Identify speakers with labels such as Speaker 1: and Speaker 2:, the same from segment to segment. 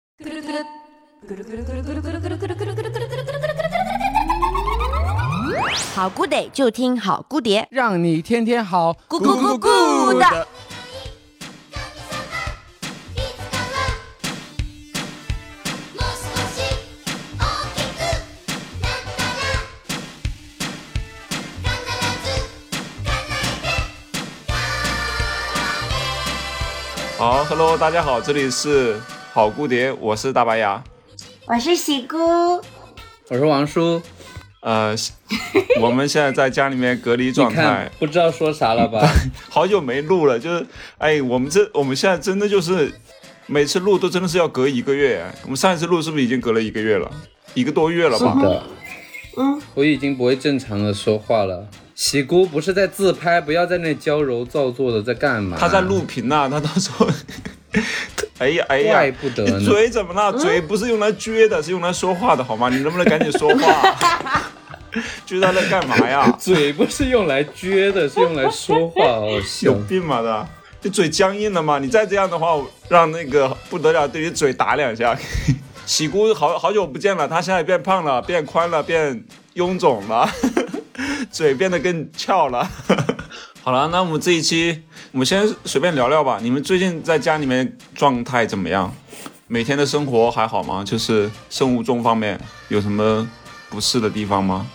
Speaker 1: くるくるくるくるくるくるくるくるくるくるくるくるくるくるくるくるくるくる
Speaker 2: 好姑得就听好姑爹。
Speaker 3: 让你天天好
Speaker 2: 咕咕咕咕的。
Speaker 4: もう少し大きくなったら必ず
Speaker 5: 好，Hello，大家好，这里是好蝴蝶，我是大白牙。
Speaker 6: 我是喜姑，
Speaker 3: 我是王叔，
Speaker 5: 呃， 我们现在在家里面隔离
Speaker 3: 你
Speaker 5: 状态
Speaker 3: 看，不知道说啥了吧？
Speaker 5: 好久没录了，就是，哎，我们这我们现在真的就是每次录都真的是要隔一个月。我们上一次录是不是已经隔了一个月了？一个多月了吧？
Speaker 3: 的，嗯，我已经不会正常的说话了。喜姑不是在自拍，不要在那娇柔造作的在干嘛？
Speaker 5: 他在录屏呢， 他到时候，哎呀哎呀，
Speaker 3: 怪不得呢
Speaker 5: 你嘴怎么了？嘴不是用来撅的，是用来说话的，好吗？你能不能赶紧说话？撅在那干嘛呀？
Speaker 3: 嘴不是用来撅的，是用来说话，好
Speaker 5: 有
Speaker 3: 笑。
Speaker 5: 病吧的？你嘴僵硬了吗？你再这样的话，我让那个不得了对你嘴打两下。喜姑好好久不见了，她现在变胖了，变宽了，变臃肿了， 嘴变得更翘了。 好了，那我们这一期我们先随便聊聊吧。你们最近在家里面状态怎么样？每天的生活还好吗？就是生物钟方面有什么不适的地方吗？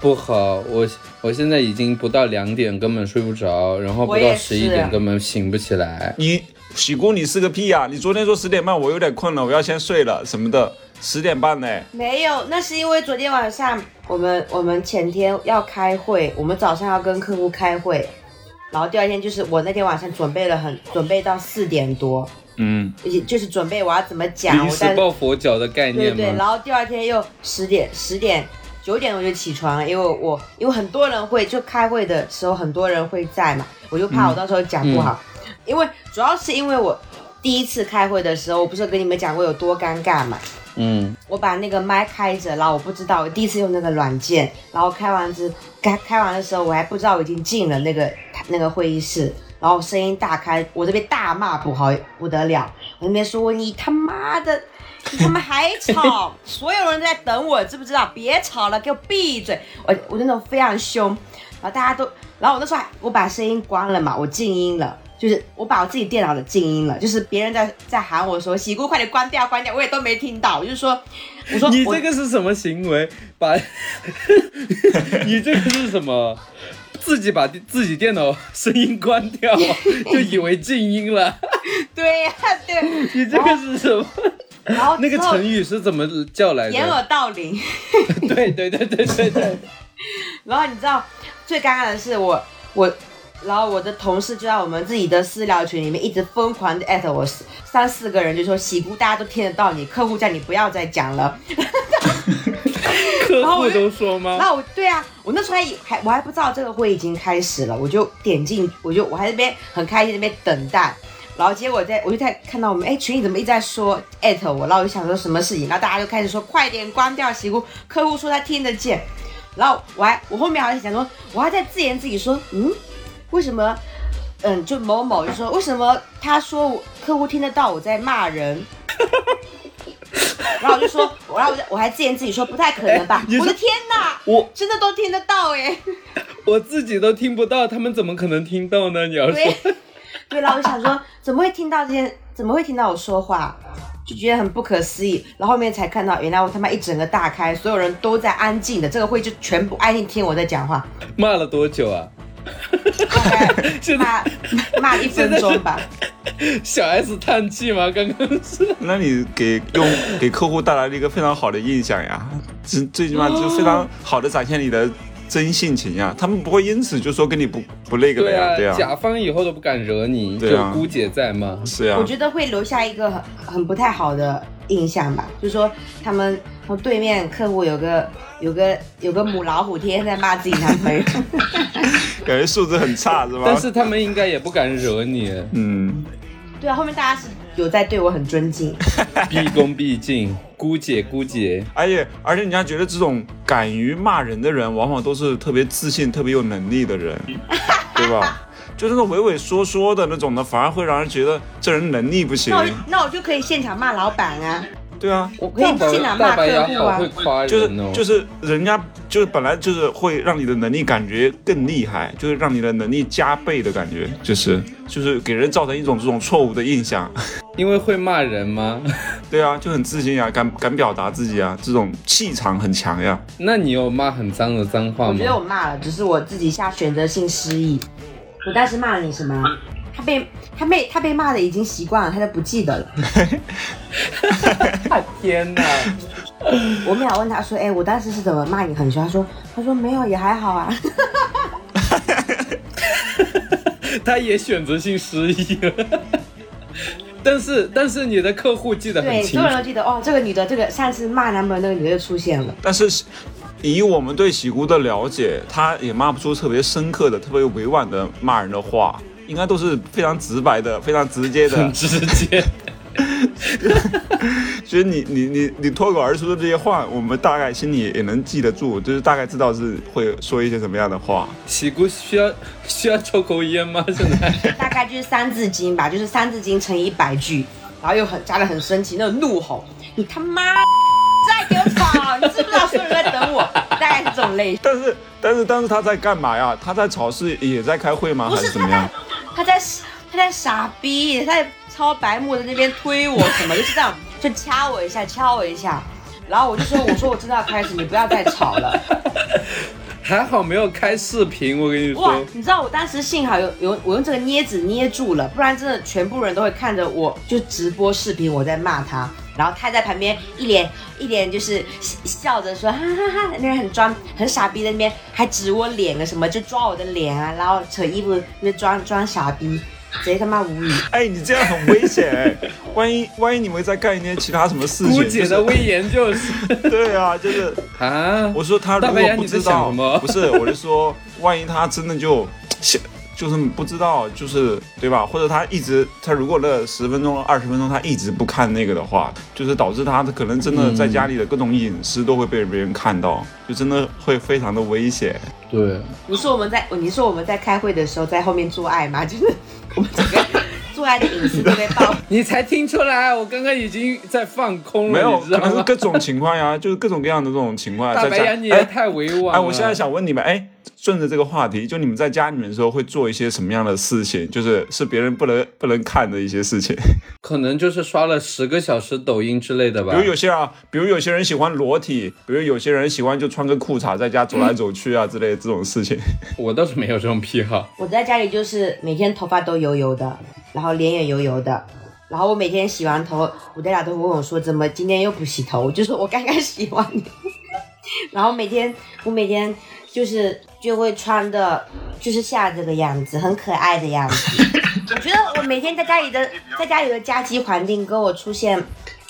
Speaker 3: 不好，我我现在已经不到两点根本睡不着，然后不到十一点根本醒不起来。
Speaker 5: 你喜姑，你是个屁呀、你昨天说十点半，我有点困了，我要先睡了什么的。十点半呢？
Speaker 6: 没有，那是因为昨天晚上我们我们前天要开会，我们早上要跟客户开会，然后第二天就是我那天晚上准备了很准备到四点多，
Speaker 5: 嗯，
Speaker 6: 也就是准备我要怎么讲，
Speaker 3: 临
Speaker 6: 我
Speaker 3: 时
Speaker 6: 但
Speaker 3: 抱佛脚的概
Speaker 6: 对
Speaker 3: 念
Speaker 6: 对，
Speaker 3: 吗？
Speaker 6: 然后第二天又十点十点九点我就起床了，因为我因为很多人会就开会的时候很多人会在嘛，我就怕我到时候讲不好，
Speaker 3: 嗯
Speaker 6: 因为主要是因为我第一次开会的时候，我不是跟你们讲过有多尴尬嘛，
Speaker 3: 嗯，
Speaker 6: 我把那个麦开着，然后我不知道，我第一次用那个软件，然后开完之开开完的时候，我还不知道我已经进了那个那个会议室，然后声音大开，我这边大骂不好不得了，我那边说你他妈的，你 他妈还吵，所有人都在等我，知不知道？别吵了，给我闭嘴！我我那种非常凶，然后大家都，然后我那时候还我把声音关了嘛，我静音了。就是我把我自己电脑的静音了，就是别人在在喊我说“喜姑，快点关掉，关掉”，我也都没听到。我就说，我 说
Speaker 3: 你
Speaker 6: 我
Speaker 3: 这个是什么行为？把， 你这个是什么？自己把自己电脑声音关掉，就以为静音了。
Speaker 6: 对 呀、对。
Speaker 3: 你这个是什么？
Speaker 6: 然后
Speaker 3: 那个
Speaker 6: 之后
Speaker 3: 成语是怎么叫来
Speaker 6: 掩
Speaker 3: 的？
Speaker 6: 耳盗铃。
Speaker 3: 对对对对对对，
Speaker 6: 然后你知道最尴尬的是我我，然后我的同事就在我们自己的私聊群里面一直疯狂的艾特我，三四个人就说喜姑大家都听得到你，客户叫你不要再讲了。
Speaker 3: 客户都说吗？
Speaker 6: 那我对啊，我那时候还以还我还不知道这个会已经开始了，我就点进，我就我还在那边很开心那边等待，然后结果在我就在看到我们哎群里怎么一直在说艾特我，然后我就想说什么事情，然后大家就开始说快点关掉喜姑，客户说他听得见，然后我还我后面还在想说，我还在自言自语说嗯，为什么嗯就某某就说为什么他说我客户听得到我在骂人。 然后我就说，我然后我就我还自言自语说不太可能吧
Speaker 3: 哎你，是
Speaker 6: 我的天哪！
Speaker 3: 我
Speaker 6: 真的都听得到哎、
Speaker 3: 我自己都听不到，他们怎么可能听到呢？你要说
Speaker 6: 对，对然后我想说，怎么会听到这件？怎么会听到我说话？就觉得很不可思议。然后后面才看到，原来我他妈一整个大开，所有人都在安静的，这个会就全部安静听我在讲话，
Speaker 3: 骂了多久啊？
Speaker 6: 大概
Speaker 3: 现在
Speaker 6: 骂骂一分钟吧。
Speaker 3: 小 S 叹气吗？刚刚是
Speaker 5: 那你给用给客户带来了一个非常好的印象呀，最最起码就非常好的展现你的真性情呀，他们不会因此就说跟你不不那个的
Speaker 3: 对
Speaker 5: 呀，
Speaker 3: 啊
Speaker 5: 对，呀，
Speaker 3: 甲方以后都不敢惹你，
Speaker 5: 对
Speaker 3: 就
Speaker 5: 啊
Speaker 3: 姑姐在嘛。
Speaker 5: 是啊呀
Speaker 6: 我，觉得会留下一个很很不太好的印象吧，就是说他们从对面客户有个有个有个母老虎，天天在骂自己男朋友。
Speaker 5: 感觉素质很差是吧？
Speaker 3: 但是他们应该也不敢惹你，
Speaker 5: 嗯，
Speaker 6: 对啊，后面大家是有在对我很尊敬。
Speaker 3: 毕恭毕敬，姑姐姑姐，
Speaker 5: 而且而且人家觉得这种敢于骂人的人，往往都是特别自信、特别有能力的人，对吧？就那种畏畏缩缩的那种的，反而会让人觉得这人能力不行
Speaker 6: 那。我那我就可以现场骂老板啊！
Speaker 5: 对啊，
Speaker 6: 我可
Speaker 3: 大
Speaker 6: 以
Speaker 3: 白
Speaker 6: 进来骂
Speaker 3: 大白
Speaker 6: 客
Speaker 3: 牙
Speaker 6: 户
Speaker 3: 好
Speaker 6: 啊
Speaker 3: 会。夸
Speaker 5: 就是
Speaker 3: 人哦，
Speaker 5: 就是人家就是本来就是会让你的能力感觉更厉害，就是让你的能力加倍的感觉，就是就是给人造成一种这种错误的印象。
Speaker 3: 因为会骂人吗？
Speaker 5: 对啊，就很自信啊，敢敢表达自己啊，这种气场很强呀。
Speaker 3: 那你有骂很脏的脏话
Speaker 6: 我觉得
Speaker 3: 吗？
Speaker 6: 我骂了，只是我自己下选择性失忆。我当时骂了你什么啊？他被他被他被骂的已经习惯了，他都不 记得了。
Speaker 3: 天哪！
Speaker 6: 我们俩问他说：“哎、我当时是怎么骂你很凶？”他说：“他说没有，也还好啊。
Speaker 3: 他也选择性失忆 了。但是但是你的客户记”得很
Speaker 6: 对，
Speaker 3: 清
Speaker 6: 所有人
Speaker 3: 楚，
Speaker 6: 都记得哦，这个女的，这个上次骂男朋友那个女的又出 现了。
Speaker 5: 但是以我们对喜姑的了解，她也骂不出特别深刻的、特别委婉的骂人的话，应该都是非常直白的、非常直接的
Speaker 3: 很。直接。
Speaker 5: 其实你你你你脱口而出的这些话，我们大概心里也能记得住，就是大概知道是会说一些什么样的话。
Speaker 3: 喜姑需要需要抽口烟吗？现在
Speaker 6: 大概就是《三字经》吧，就是《三字经》乘以一百句，然后又很加的很生气，那种怒吼：“你他妈再给我吵！你知不知道所有人在等我？”大概是这种类型。
Speaker 5: 但是但是但是他在干嘛呀？他在吵是也在开会吗？
Speaker 6: 不
Speaker 5: 还
Speaker 6: 是
Speaker 5: 怎么样？
Speaker 6: 他在他在傻逼，他在超白目的那边推我什么，就是这样，就掐我一下，掐我一下。然后我就说，我说我知道开始，你不要再吵了。
Speaker 3: 还好没有开视频，我跟你
Speaker 6: 哇
Speaker 3: 说，，
Speaker 6: 你知道我当时幸好有有我用这个镊子捏住了，不然真的全部人都会看着我，就直播视频我在骂他，然后他在旁边一脸一脸就是笑笑着说哈哈哈，那边很装很傻逼在那边还指我脸啊什么，就抓我的脸啊，然后扯衣服那边装装傻逼，直接他妈无语。
Speaker 5: 哎，你这样很危险哎！万一万一你们在干一些其他什么事情，
Speaker 3: 姑姐的
Speaker 5: 就是
Speaker 3: 威严就是
Speaker 5: 对啊，就是
Speaker 3: 啊，
Speaker 5: 我说他如
Speaker 3: 大白牙
Speaker 5: 果不
Speaker 3: 你在
Speaker 5: 知
Speaker 3: 想
Speaker 5: 道
Speaker 3: 什么，
Speaker 5: 不是，我 就说万一他真的就想就是不知道，就是对吧？或者他一直他如果那十分钟二十分钟他一直不看那个的话，就是导致他可能真的在家里的各种隐私都会被别人看到，就真的会非常的危险。
Speaker 3: 对，
Speaker 6: 你说我们在你说我们在开会的时候在后面做爱吗？ 就是我们整个做爱的隐私都被暴露。
Speaker 3: 你才听出来，我刚刚已经在放空了，
Speaker 5: 没有，
Speaker 3: 嗯你知
Speaker 5: 可
Speaker 3: 道
Speaker 5: 能是
Speaker 3: 吗？
Speaker 5: 各种情况呀，就是各种各样的这种情况。
Speaker 3: 大
Speaker 5: 在
Speaker 3: 白
Speaker 5: 家
Speaker 3: 牙你
Speaker 5: 哎
Speaker 3: 也太委婉了。
Speaker 5: 哎，我现在想问你们，哎，顺着这个话题，就你们在家里面的时候会做一些什么样的事情？就是是别人不能不能看的一些事情。
Speaker 3: 可能就是刷了十个小时抖音之类的吧
Speaker 5: 比。如有些啊，比如有些人喜欢裸体，比如有些人喜欢就穿个裤衩在家走来走去啊之类的这种事情。
Speaker 3: 我倒是没有这种癖好。
Speaker 6: 我在家里就是每天头发都油油的，然后脸也油油的，然后我每天洗完头，我爹俩都会问我说怎么今天又不洗头，我就说我刚刚洗完。 然后每天我每天就是就会穿的，就是像这个样子，很可爱的 样子。我觉得我每天在家里的在家里的家居环境跟我出现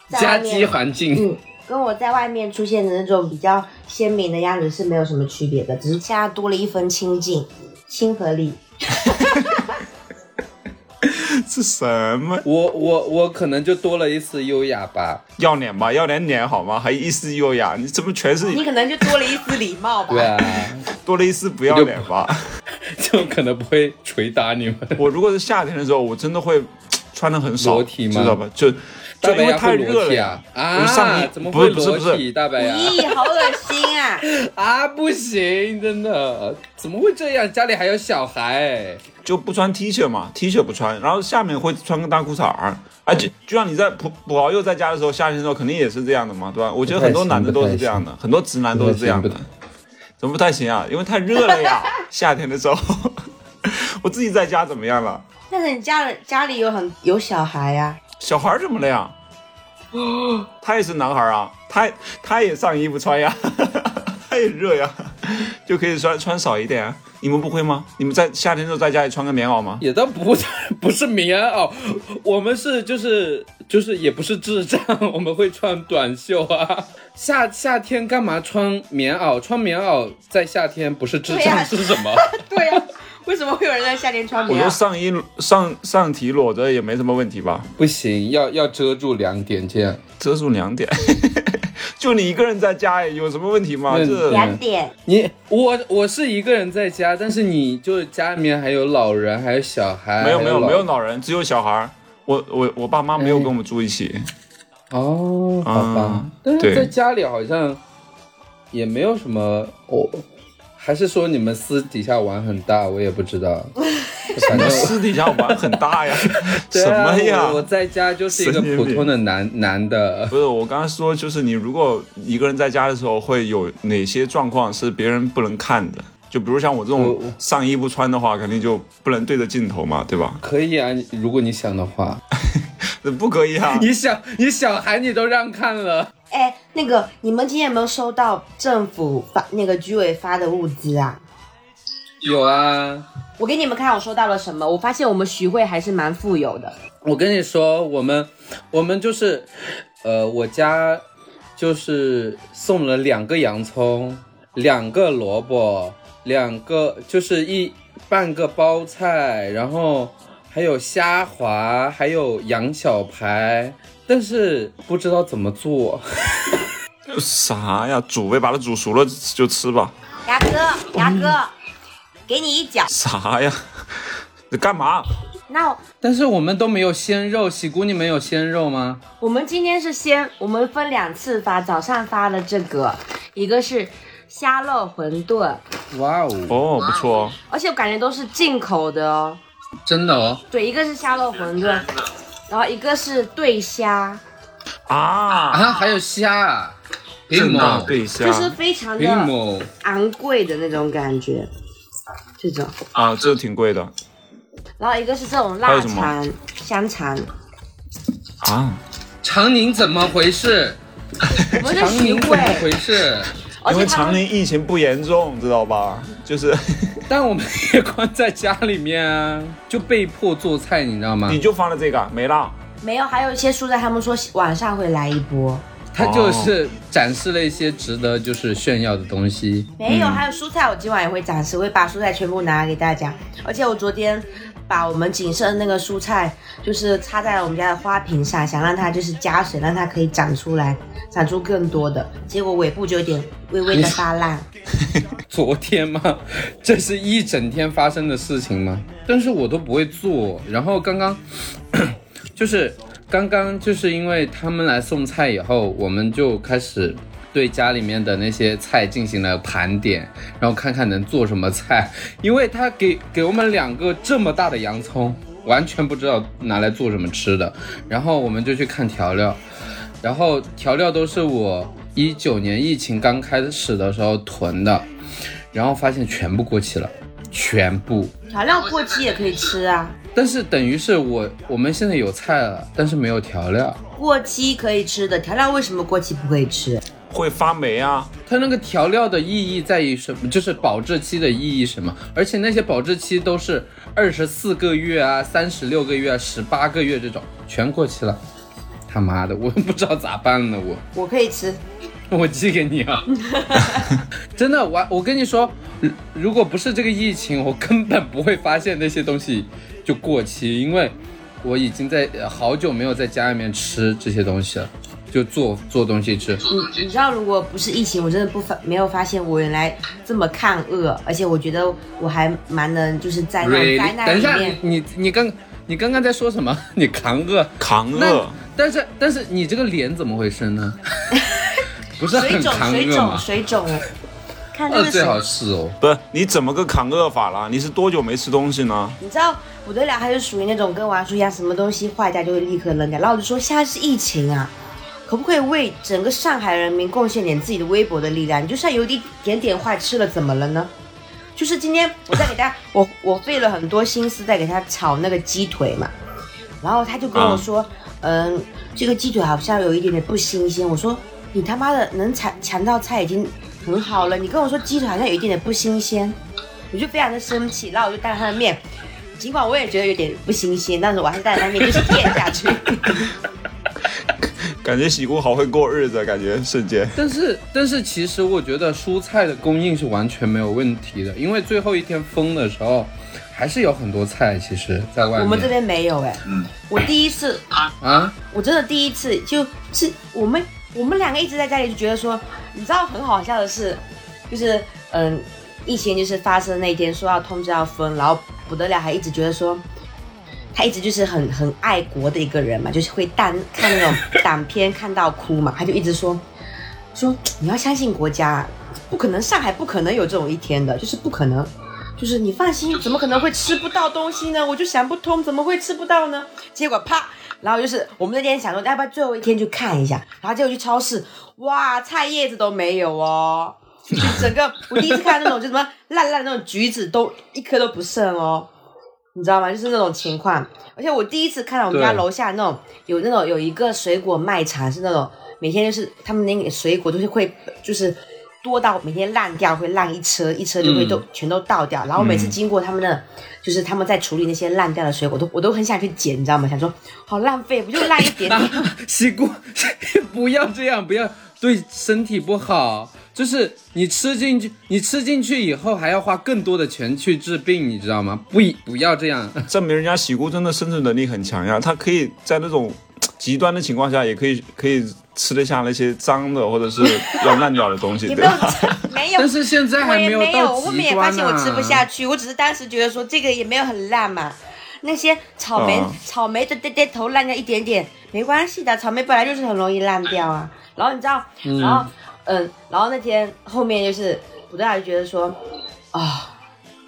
Speaker 6: 在
Speaker 3: 家
Speaker 6: 外面
Speaker 3: 居环境，
Speaker 6: 嗯，跟我在外面出现的那种比较鲜明的样子是没有什么区别的，只是现在多了一分清静、亲和力。
Speaker 5: 是什么？
Speaker 3: 我我我可能就多了一丝优雅吧。
Speaker 5: 要脸吧，要点脸好吗？还一丝优雅，你怎么全是
Speaker 6: 哦你可能就多了一丝礼貌吧。
Speaker 3: 对啊，
Speaker 5: 多了一丝不要脸吧？
Speaker 3: 就可能不会捶打你们。
Speaker 5: 我如果是夏天的时候，我真的会穿的很少，
Speaker 3: 裸体吗
Speaker 5: 知道吧？就
Speaker 3: 大
Speaker 5: 就
Speaker 3: 白
Speaker 5: 因为
Speaker 3: 牙
Speaker 5: 太
Speaker 3: 会
Speaker 5: 热
Speaker 3: 裸
Speaker 5: 了
Speaker 3: 体
Speaker 5: 呀
Speaker 3: 啊！
Speaker 5: 我上
Speaker 3: 啊
Speaker 5: 衣，
Speaker 3: 怎么
Speaker 5: 不
Speaker 3: 会
Speaker 5: 是不是
Speaker 3: 裸
Speaker 5: 不是
Speaker 3: 体？大白牙
Speaker 6: 咦，好恶心啊！
Speaker 3: 啊，不行，真的，怎么会这样？家里还有小孩，
Speaker 5: 就不穿 T 恤嘛，T 恤不穿，然后下面会穿个大裤衩儿。而且就像你在普普洱又在家的时候，夏天的时候肯定也是这样的嘛，对吧？我觉得很多男的都是这样的，很多直男都是这样的
Speaker 3: 不太。
Speaker 5: 怎么不太行啊？因为太热 了呀，夏天的时候。我自己在家怎么样了？
Speaker 6: 但是你家人家里有很有小孩啊呀、
Speaker 5: 小孩儿怎么 了呀？他也是男孩儿啊，他他也上衣不穿呀， 他也热呀，就可以穿穿少一点啊。你们不会吗？你们在夏天的时候在家里穿个棉袄吗？
Speaker 3: 也倒不不是棉袄，我们是就是就是也不是智障，我们会穿短袖啊。夏夏天干嘛穿棉袄？穿棉袄在夏天不是智
Speaker 6: 对呀
Speaker 3: 障是什么？
Speaker 6: 对呀、为什么会有人在夏天穿
Speaker 5: 我
Speaker 6: 棉
Speaker 5: 说
Speaker 6: 袄？
Speaker 5: 上衣上上体裸着也没什么问题吧？
Speaker 3: 不行，要要遮住两点这样。
Speaker 5: 遮住两点， 就你一个人在家有什么问题吗？
Speaker 3: 那
Speaker 5: 这
Speaker 3: 对
Speaker 6: 两点，
Speaker 3: 你我我是一个人在家，但是你就是家里面还有老人，还有小孩，
Speaker 5: 没有没有
Speaker 3: 还
Speaker 5: 没有
Speaker 3: 老
Speaker 5: 老人，只有小孩儿。我我我爸妈没有跟我们住一起，
Speaker 3: 哦，好吧
Speaker 5: 啊，
Speaker 3: 但是
Speaker 5: 对
Speaker 3: 在家里好像也没有什么哦，还是说你们私底下玩很大，我也不知 道，反正
Speaker 5: 那。私底下玩很大呀，
Speaker 3: 哎 对
Speaker 5: 什
Speaker 3: 啊
Speaker 5: 么呀
Speaker 3: 我？我在家就是一个
Speaker 5: 神经
Speaker 3: 普
Speaker 5: 病
Speaker 3: 通的男男的，
Speaker 5: 不是，我刚刚说就是你如果一个人在家的时候，会有哪些状况是别人不能看的？就比如像我这种
Speaker 3: 我
Speaker 5: 上衣不穿的话，肯定就不能对着镜头嘛，对吧？
Speaker 3: 可以啊，你如果你想的话，
Speaker 5: 那不可以啊！
Speaker 3: 你想你小孩你都让看了，
Speaker 6: 哎，那个你们今天有没有收到政府发那个居委发的物资啊？
Speaker 3: 有啊，
Speaker 6: 我给你们看我收到了什么，我发现我们徐汇还是蛮富有的。
Speaker 3: 我跟你说，我们我们就是，呃，我家就是送了两个洋葱，两个萝卜，两个就是一半个包菜，然后还有虾滑，还有羊小排，但是不知道怎么做。
Speaker 5: 啥呀？煮呗，把它煮熟了就吃吧。
Speaker 6: 牙哥，牙哥，给你一脚。
Speaker 5: 啥呀？你干嘛？
Speaker 6: 那
Speaker 3: 但是我们都没有鲜肉，喜姑你们有鲜肉吗？
Speaker 6: 我们今天是先，我们分两次发，早上发了这个，一个是虾肉馄饨，
Speaker 3: 哇哦，
Speaker 5: 哦，不错哦。
Speaker 6: 而且我感觉都是进口的哦。
Speaker 3: 真的哦，
Speaker 6: 对，一个是虾肉馄饨，然后一个是对虾，
Speaker 5: 啊，
Speaker 3: 啊，还有虾啊，
Speaker 5: 正
Speaker 3: 平
Speaker 5: 大
Speaker 3: 猛
Speaker 5: 对
Speaker 6: 哎
Speaker 5: 啊虾
Speaker 6: 就是非常
Speaker 3: 平
Speaker 6: 的
Speaker 3: 猛，
Speaker 6: 昂贵的那种感觉，这种。
Speaker 5: 啊，这挺贵的
Speaker 6: 然后一个是这种
Speaker 5: 还
Speaker 6: 腊
Speaker 5: 有什么
Speaker 6: 肠、香肠，
Speaker 5: 啊。
Speaker 3: 长宁怎么回事？
Speaker 6: 我们哦是
Speaker 3: 长
Speaker 6: 徐
Speaker 3: 宁怎么
Speaker 6: 汇，
Speaker 3: 回事？
Speaker 6: 而
Speaker 5: 因
Speaker 6: 且
Speaker 5: 为
Speaker 6: 他
Speaker 5: 长
Speaker 6: 们
Speaker 5: 宁疫情不严重，知道吧？就是
Speaker 3: 但我们也关在家里面啊，就被迫做菜，你知道吗
Speaker 6: 嗯
Speaker 5: 你？就放了这个，没了。
Speaker 6: 没有，还有一些蔬菜，他们说晚上会来一波。
Speaker 3: 他就是展示了一些值得就是炫耀的东西。
Speaker 6: 没有，还有蔬菜，我今晚也会展示，我会把蔬菜全部拿给大家。而且我昨天把我们仅剩那个蔬菜，就是插在我们家的花瓶上，想让它就是加水，让它可以长出来，长出更多的。结果尾部就有点微微的发烂。
Speaker 3: 昨天吗？ 这是一整天发生的事情吗？但是我都不会做。然后刚刚 就是刚刚就是因为他们来送菜以后，我们就开始对家里面的那些菜进行了盘点，然后看看能做什么菜。因为他给给我们两个这么大的洋葱，完全不知道拿来做什么吃的。然后我们就去看调料，然后调料都是我一九年疫情刚开始的时候囤的，然后发现全部过期了，全部。
Speaker 6: 调料过期也可以吃啊，
Speaker 3: 但是等于是我我们现在有菜了，但是没有调料。
Speaker 6: 过期可以吃的调料为什么过期不可以吃？
Speaker 5: 会发霉啊！
Speaker 3: 它那个调料的意义在于什么？就是保质期的意义什么？而且那些保质期都是二十四个月啊、三十六个月啊、十八个月这种，全过期了。他妈的，我也不知道咋办了，我
Speaker 6: 我可以吃，
Speaker 3: 我寄给你啊！真的，我我跟你说，如如果不是这个疫情，我根本不会发现那些东西就过期，因为我已经在呃好久没有在家里面吃这些东西了，就做做东西吃。
Speaker 6: 你你知道，如果不是疫情，我真的不发没有发现我原来这么抗饿，而且我觉得我还蛮能就是在那种
Speaker 3: Really？
Speaker 6: 灾难
Speaker 3: 等一
Speaker 6: 里
Speaker 3: 下，
Speaker 6: 面
Speaker 3: 你。你你刚你刚刚在说什么？ 你扛饿？
Speaker 5: 扛
Speaker 3: 那
Speaker 5: 饿，
Speaker 3: 但是但是你这个脸怎么回事 呢？不是
Speaker 6: 水
Speaker 3: 很
Speaker 6: 肿，
Speaker 3: 扛
Speaker 6: 水
Speaker 3: 饿
Speaker 6: 肿，
Speaker 3: 吗？
Speaker 6: 水肿。 看这
Speaker 3: 那
Speaker 6: 个
Speaker 3: 最
Speaker 6: 水，
Speaker 3: 好是哦。
Speaker 5: 不是你怎么个扛饿法啦？你是多久没吃东西呢？
Speaker 6: 你知道我对俩还是属于那种跟王叔一样，什么东西坏掉就会立刻扔掉。然后我就说，现在是疫情啊，可不可以为整个上海人民贡献点自己的微薄的力量？你就算有一点点坏吃了，怎么了呢？就是今天我在给他，我我费了很多心思在给他炒那个鸡腿嘛，然后他就跟我说，嗯，这个鸡腿好像有一点点不新鲜。我说你他妈的能抢抢到菜已经很好了，你跟我说鸡腿好像有一点点不新鲜，我就非常的生气，然后我就当着他的面。尽管我也觉得有点不新鲜，但是我还是当着他的面就是咽下去。
Speaker 5: 感觉喜姑好会过日子，感觉瞬间。
Speaker 3: 但是但是其实我觉得蔬菜的供应是完全没有问题的，因为最后一天封的时候，还是有很多菜其实在外面。
Speaker 6: 我们这边没有哎、我第一次
Speaker 3: 啊，
Speaker 6: 我真的第一次就是我们我们两个一直在家里就觉得说，你知道很好笑的是，就是嗯，疫情就是发生那天说要通知要分，然后不得了还一直觉得说，他一直就是很很爱国的一个人嘛，就是会党看那种党片看到哭嘛，他就一直说说你要相信国家，不可能上海不可能有这种一天的，就是不可能。就是你放心，怎么可能会吃不到东西呢？我就想不通，怎么会吃不到呢？结果啪，然后就是我们那天想说，要不要最后一天去看一下？然后结果去超市，哇，菜叶子都没有哦，就整个我第一次看那种就什么烂烂的那种橘子都一颗都不剩哦，你知道吗？就是那种情况。而且我第一次看到我们家
Speaker 3: 对
Speaker 6: 楼下那种有那种有一个水果卖场是那种每天就是他们那个水果都是会就是多到每天烂掉，会烂一车一车就会都、
Speaker 3: 嗯
Speaker 6: 全都倒掉。然后每次经过他们那，就是他们在处理那些烂掉的水果，都我都很想去捡，你知道吗？想说好浪费，不就烂一点点？
Speaker 3: 啊，西瓜， 不要这样，不要对身体不好。就是你吃进去，你吃进去以后还要花更多的钱去治病，你知道吗？不，不要这 样。
Speaker 5: 证明人家喜姑真的生存能力很强呀，她可以在那种极端的情况下，也可以可以吃得下那些脏的或者是要烂掉的 东西，
Speaker 6: 也
Speaker 5: 对
Speaker 6: 没有
Speaker 5: 吧？
Speaker 6: 没有
Speaker 3: 但，是现在
Speaker 6: 我
Speaker 3: 还
Speaker 6: 也
Speaker 3: 有
Speaker 6: 没有，
Speaker 3: 到
Speaker 6: 我后
Speaker 3: 极
Speaker 6: 面也发
Speaker 3: 端
Speaker 6: 现我吃不下
Speaker 3: 啊。
Speaker 6: 去，我只是当时觉得说这个也没有很烂嘛。那些草莓，
Speaker 5: 嗯
Speaker 6: 草莓的点点头烂掉一点点，没关系的，草莓本来就是很容易烂掉啊。然后你知道，然后嗯然后那天后面就是不断就觉得说，啊、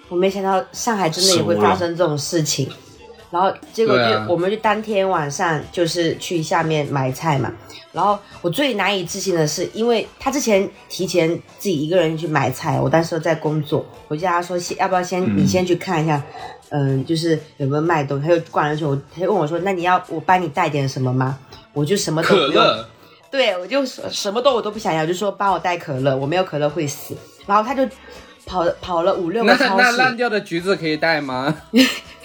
Speaker 6: 我没想到上海真的也会
Speaker 5: 食物了
Speaker 6: 发生这种事情。然后结果就、
Speaker 3: 对啊
Speaker 6: 我们就当天晚上就是去下面买菜嘛，然后我最难以置信的是，因为他之前提前自己一个人去买菜，我当时在工作，我就叫他说先
Speaker 3: 嗯
Speaker 6: 要不要先你先去看一下，嗯，就是有没有卖东西，他就逛了一圈，我他就问我说，那你要我帮你带点什么吗？我就什么都
Speaker 3: 可
Speaker 6: 不用，
Speaker 3: 乐，
Speaker 6: 对我就什什么都我都不想要，就说帮我带可乐，我没有可乐会死。然后他就跑跑了五六
Speaker 3: 那
Speaker 6: 个超
Speaker 3: 那烂
Speaker 6: 市，
Speaker 3: 掉的橘子可以带吗？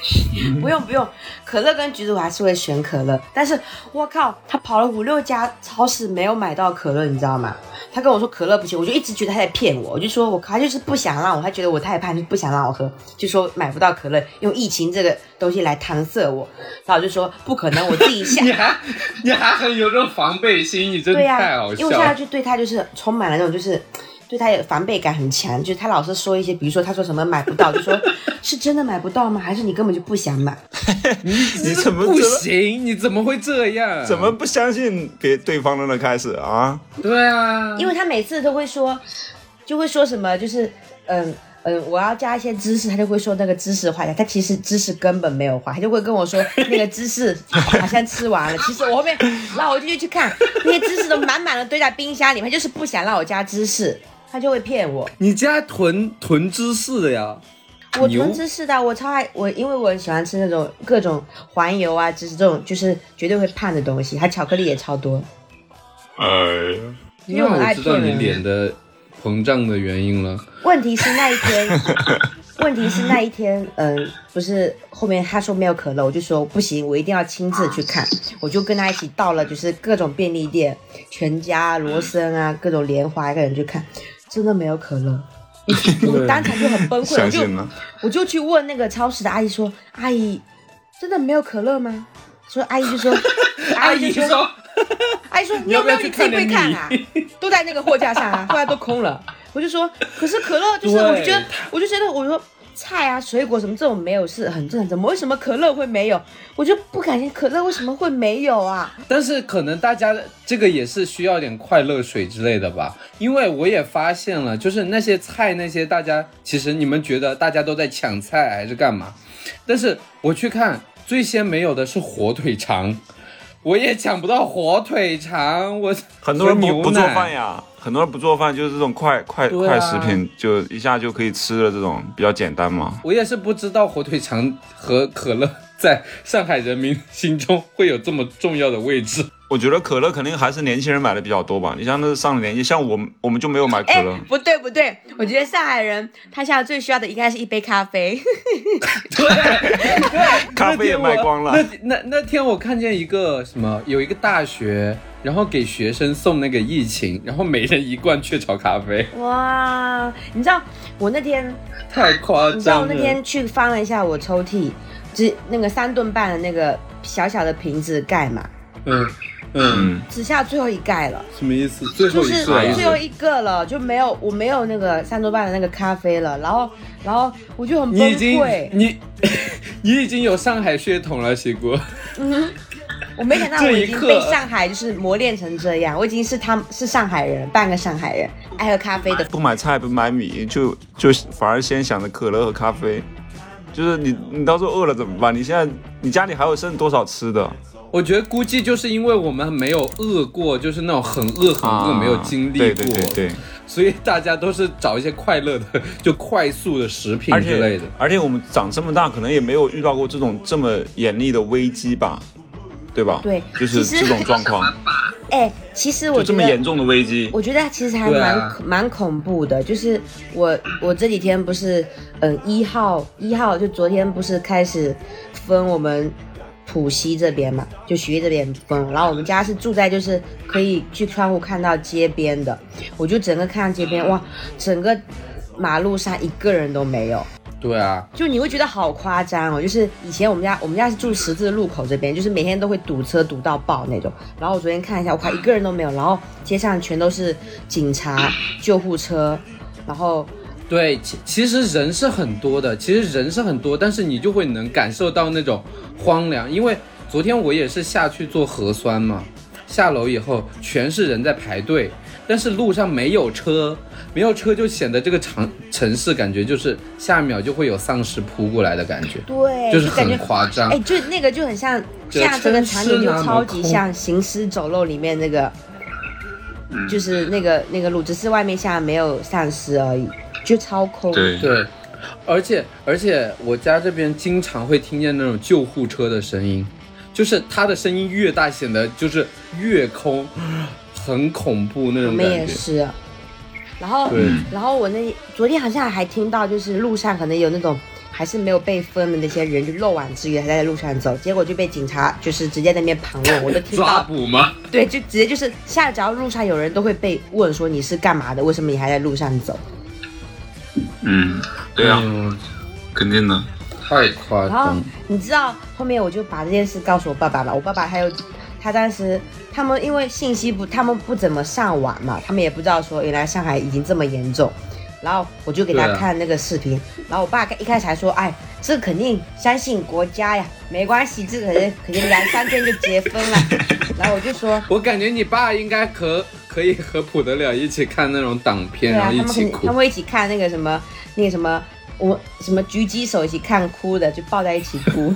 Speaker 6: 不用不用，可乐跟橘子我还是会选可乐，但是我靠，他跑了五六家超市没有买到可乐，你知道吗？他跟我说可乐不行，我就一直觉得他在骗我，我就说我靠他就是不想让我，他觉得我太胖，就不想让我喝，就说买不到可乐，用疫情这个东西来搪塞我，然后我就说不可能，我自己 下
Speaker 3: 你还你还很有这种防备心，你真的
Speaker 6: 对呀、
Speaker 3: 太好
Speaker 6: 因
Speaker 3: 笑
Speaker 6: 为我现在
Speaker 3: 了。
Speaker 6: 就对他就是充满了那种就是。对他有防备感很强，就是他老是说一些，比如说他说什么买不到，就说是真的买不到吗？还是你根本就不想买？
Speaker 5: 你怎么
Speaker 3: 不
Speaker 5: 怎么
Speaker 3: 行？你怎么会这样？
Speaker 5: 怎么？不相信别对方了呢？开始啊，
Speaker 3: 对啊，
Speaker 6: 因为他每次都会说，就会说什么，就是嗯嗯，我要加一些知识，他就会说那个知识坏掉，他其实知识根本没有坏，他就会跟我说那个知识好像吃完了，其实我后面，然后我就去看那些知识都满满的堆在冰箱里面，他就是不想让我加知识，他就会骗我。
Speaker 3: 你家囤囤芝士的呀？
Speaker 6: 我
Speaker 3: 牛
Speaker 6: 囤芝士的，我超爱我，因为我很喜欢吃那种各种黄油啊，芝士这种就是绝对会胖的东西，还巧克力也超多。
Speaker 5: 哎，
Speaker 6: 因为我很
Speaker 3: 那
Speaker 6: 爱
Speaker 3: 我知道你
Speaker 6: 骗人
Speaker 3: 脸的膨胀的原因了。
Speaker 6: 问题是那一天，问题是那一天，嗯、不是后面他说没有可乐，我就说不行，我一定要亲自去看，我就跟他一起到了就是各种便利店，全家、罗森啊，各种联华，一个人去看，真的没有可乐。我当场就很崩溃，我
Speaker 5: 相
Speaker 6: 就
Speaker 5: 信了，
Speaker 6: 我就去问那个超市的阿姨说：“阿姨，真的没有可乐吗？”说阿姨就说：“
Speaker 3: 阿
Speaker 6: 姨
Speaker 3: 姨
Speaker 6: 就啊说，
Speaker 3: 说，
Speaker 6: 阿哎姨说
Speaker 3: 你
Speaker 6: 你
Speaker 3: 要
Speaker 6: 有
Speaker 3: 不
Speaker 6: 没
Speaker 3: 要
Speaker 6: 有
Speaker 3: 去
Speaker 6: 你自己会看啊
Speaker 3: 看？
Speaker 6: 都在那个货架上 啊，后来都空了。”我就说：“可是可乐就是，
Speaker 3: 对
Speaker 6: 我就觉得，我就觉得，我说菜啊、水果什么这种没有是很正常，怎么为什么可乐会没有？我就不敢信可乐为什么会没有啊？
Speaker 3: 但是可能大家这个也是需要点快乐水之类的吧，因为我也发现了，就是那些菜那些大家其实你们觉得大家都在抢菜还是干嘛？但是我去看最先没有的是火腿肠，我也抢不到火腿肠，我
Speaker 5: 很多人
Speaker 3: 和牛
Speaker 5: 不不做
Speaker 3: 奶
Speaker 5: 饭呀，很多人不做饭就是这种快快、
Speaker 3: 对啊
Speaker 5: 快食品，就一下就可以吃的这种比较简单嘛。
Speaker 3: 我也是不知道火腿肠和可乐在上海人民心中会有这么重要的位置。
Speaker 5: 我觉得可乐肯定还是年轻人买的比较多吧。你像那上了年纪，像我们我们就没有买可
Speaker 6: 哎
Speaker 5: 乐，，
Speaker 6: 不对不对，我觉得上海人他现在最需要的应该是一杯咖啡。”
Speaker 3: 对，对
Speaker 5: 咖啡也卖光了
Speaker 3: 那天我那那那天我看见一个什么，有一个大学，然后给学生送那个疫情，然后每人一罐雀巢咖啡，
Speaker 6: 哇，你知道我那天，
Speaker 3: 太夸
Speaker 6: 你知道我
Speaker 3: 张
Speaker 6: 那
Speaker 3: 了。
Speaker 6: 天去翻了一下我抽屉，就是那个三顿半的那个小小的瓶子盖嘛，
Speaker 3: 嗯，嗯，
Speaker 6: 只下最后一盖了，
Speaker 3: 什么意思？最
Speaker 6: 就
Speaker 3: 后一
Speaker 6: 是
Speaker 3: 次啊，
Speaker 6: 最后一个了，就没有我没有那个三多半的那个咖啡了，然后然后我就很崩
Speaker 3: 你已经
Speaker 6: 溃，
Speaker 3: 你 你已经有上海血统了，喜姑。
Speaker 6: 我没想到
Speaker 3: 这
Speaker 6: 我
Speaker 3: 一
Speaker 6: 已经
Speaker 3: 刻
Speaker 6: 被上海就是磨练成这样，我已经是他们是上海人，半个上海人，爱喝咖啡的
Speaker 5: 不买菜不买米，就就反而先想着可乐和咖啡。就是你你到时候饿了怎么办？你现在你家里还有剩多少吃的？
Speaker 3: 我觉得估计就是因为我们没有饿过，就是那种很饿很饿、没有经历过，
Speaker 5: 啊对对对对，
Speaker 3: 所以大家都是找一些快乐的，就快速的食品
Speaker 5: 而
Speaker 3: 之类
Speaker 5: 且
Speaker 3: 的。
Speaker 5: 而且我们长这么大，可能也没有遇到过这种这么严厉的危机吧，对吧？
Speaker 6: 对
Speaker 5: 就是
Speaker 6: 其实
Speaker 5: 这种状况，
Speaker 6: 哎，其实我
Speaker 5: 就
Speaker 6: 觉
Speaker 5: 这
Speaker 6: 得
Speaker 5: 么严重的危机。
Speaker 6: 我觉得其实还
Speaker 3: 对
Speaker 6: 蛮、
Speaker 3: 啊
Speaker 6: 蛮恐怖的，就是我我这几天不是，嗯，一号一号就昨天不是开始分我们浦西这边嘛，就徐悦这边分，然后我们家是住在就是可以去窗户看到街边的，我就整个看到街边，哇，整个马路上一个人都没有，
Speaker 3: 对啊，
Speaker 6: 就你会觉得好夸张哦，就是以前我们家我们家是住十字路口这边，就是每天都会堵车堵到爆那种。然后我昨天看一下，我靠，一个人都没有，然后街上全都是警察、救护车，然后
Speaker 3: 对，其其实人是很多的，其实人是很多，但是你就会能感受到那种荒凉。因为昨天我也是下去做核酸嘛，下楼以后全是人在排队，但是路上没有车，没有车就显得这个城城市感觉就是下一秒就会有丧尸扑过来的感觉，
Speaker 6: 对，
Speaker 3: 就是
Speaker 6: 感觉
Speaker 3: 很夸张。
Speaker 6: 哎，就那个就很像，
Speaker 3: 这
Speaker 6: 像这个
Speaker 3: 真
Speaker 6: 场
Speaker 3: 是
Speaker 6: 景就
Speaker 3: 那么
Speaker 6: 超级
Speaker 3: 空
Speaker 6: 像《行尸走肉》里面那个，就是那个那个路，只是外面现在没有丧尸而已，就超空。
Speaker 5: 对，
Speaker 3: 对，而且而且我家这边经常会听见那种救护车的声音，就是它的声音越大，显得就是越空，很恐怖那
Speaker 6: 我
Speaker 3: 种
Speaker 6: 们
Speaker 3: 感
Speaker 6: 也
Speaker 3: 觉。
Speaker 6: 是。然后
Speaker 3: 对，嗯
Speaker 6: 然后我那昨天好像还听到，就是路上可能有那种还是没有被分的那些人，就漏网之鱼还在路上走，结果就被警察就是直接在那边盘问，我都听
Speaker 3: 抓
Speaker 6: 到，
Speaker 3: 捕吗？
Speaker 6: 对，就直接就是下只要路上有人都会被问说你是干嘛的，为什么你还在路上走？
Speaker 5: 嗯，
Speaker 3: 嗯
Speaker 5: 肯定的。
Speaker 3: 太夸
Speaker 6: 然后
Speaker 3: 张。
Speaker 6: 你知道后面我就把这件事告诉我爸爸嘛，我爸爸还有他当时他们因为信息不，他们不怎么上网嘛，他们也不知道说原来上海已经这么严重。然后我就给他
Speaker 3: 对啊
Speaker 6: 看那个视频，然后我爸一开始还说：“哎，这肯定相信国家呀，没关系，这个人肯定两三天就结婚了。”然后我就说
Speaker 3: 我感觉你爸应该和可以和普德了一起看那种党：“片，
Speaker 6: 对
Speaker 3: 然
Speaker 6: 啊，
Speaker 3: 后一
Speaker 6: 他们肯
Speaker 3: 起
Speaker 6: 定他们
Speaker 3: 哭。
Speaker 6: 会一起看那个什么那个什么。”我什么狙击手一起看哭的，就抱在一起哭。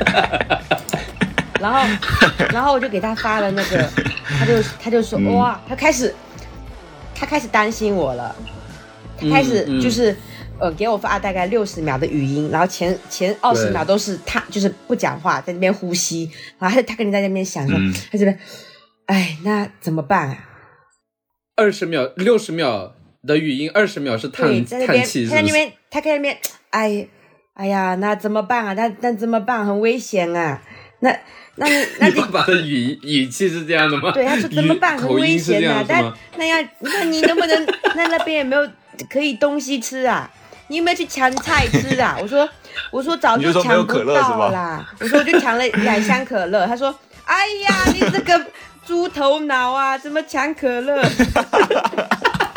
Speaker 6: 然后，然后我就给他发了那个，他就他就
Speaker 3: 嗯
Speaker 6: 说、哇，他开始他开始担心我了，他开始
Speaker 3: 嗯嗯
Speaker 6: 就是、呃给我发大概六十秒的语音，然后前前二十
Speaker 3: 对
Speaker 6: 秒都是他就是不讲话，在那边呼吸，然后他他肯定在那边想说，
Speaker 3: 嗯
Speaker 6: 他这边，哎，那怎么办啊？
Speaker 3: 二十秒、六十秒的语音，二十秒是
Speaker 6: 对，
Speaker 3: 叹
Speaker 6: 在那
Speaker 3: 叹
Speaker 6: 边，
Speaker 3: 气，
Speaker 6: 他
Speaker 3: 是
Speaker 6: 在
Speaker 3: 不
Speaker 6: 那
Speaker 3: 是？
Speaker 6: 边，他在那边，哎，哎呀，那怎么办啊？那那怎么办？很危险啊！那那你 那
Speaker 3: 你
Speaker 6: 你
Speaker 3: 爸爸的语语气是这样的吗？
Speaker 6: 对他说怎么
Speaker 3: 语
Speaker 6: 办？很
Speaker 3: 口
Speaker 6: 危
Speaker 3: 音是这
Speaker 6: 险啊
Speaker 3: 样！是
Speaker 6: 但
Speaker 3: 吗？
Speaker 6: 那要那你能不能 那那边有没有可以东西吃啊？你有没有去抢菜吃啊？我说我说早
Speaker 5: 你就说没有
Speaker 6: 抢不
Speaker 5: 可乐是吧
Speaker 6: 到啦。我说我就抢了两箱可乐。他说哎呀，你这个猪头脑啊，怎么抢可乐？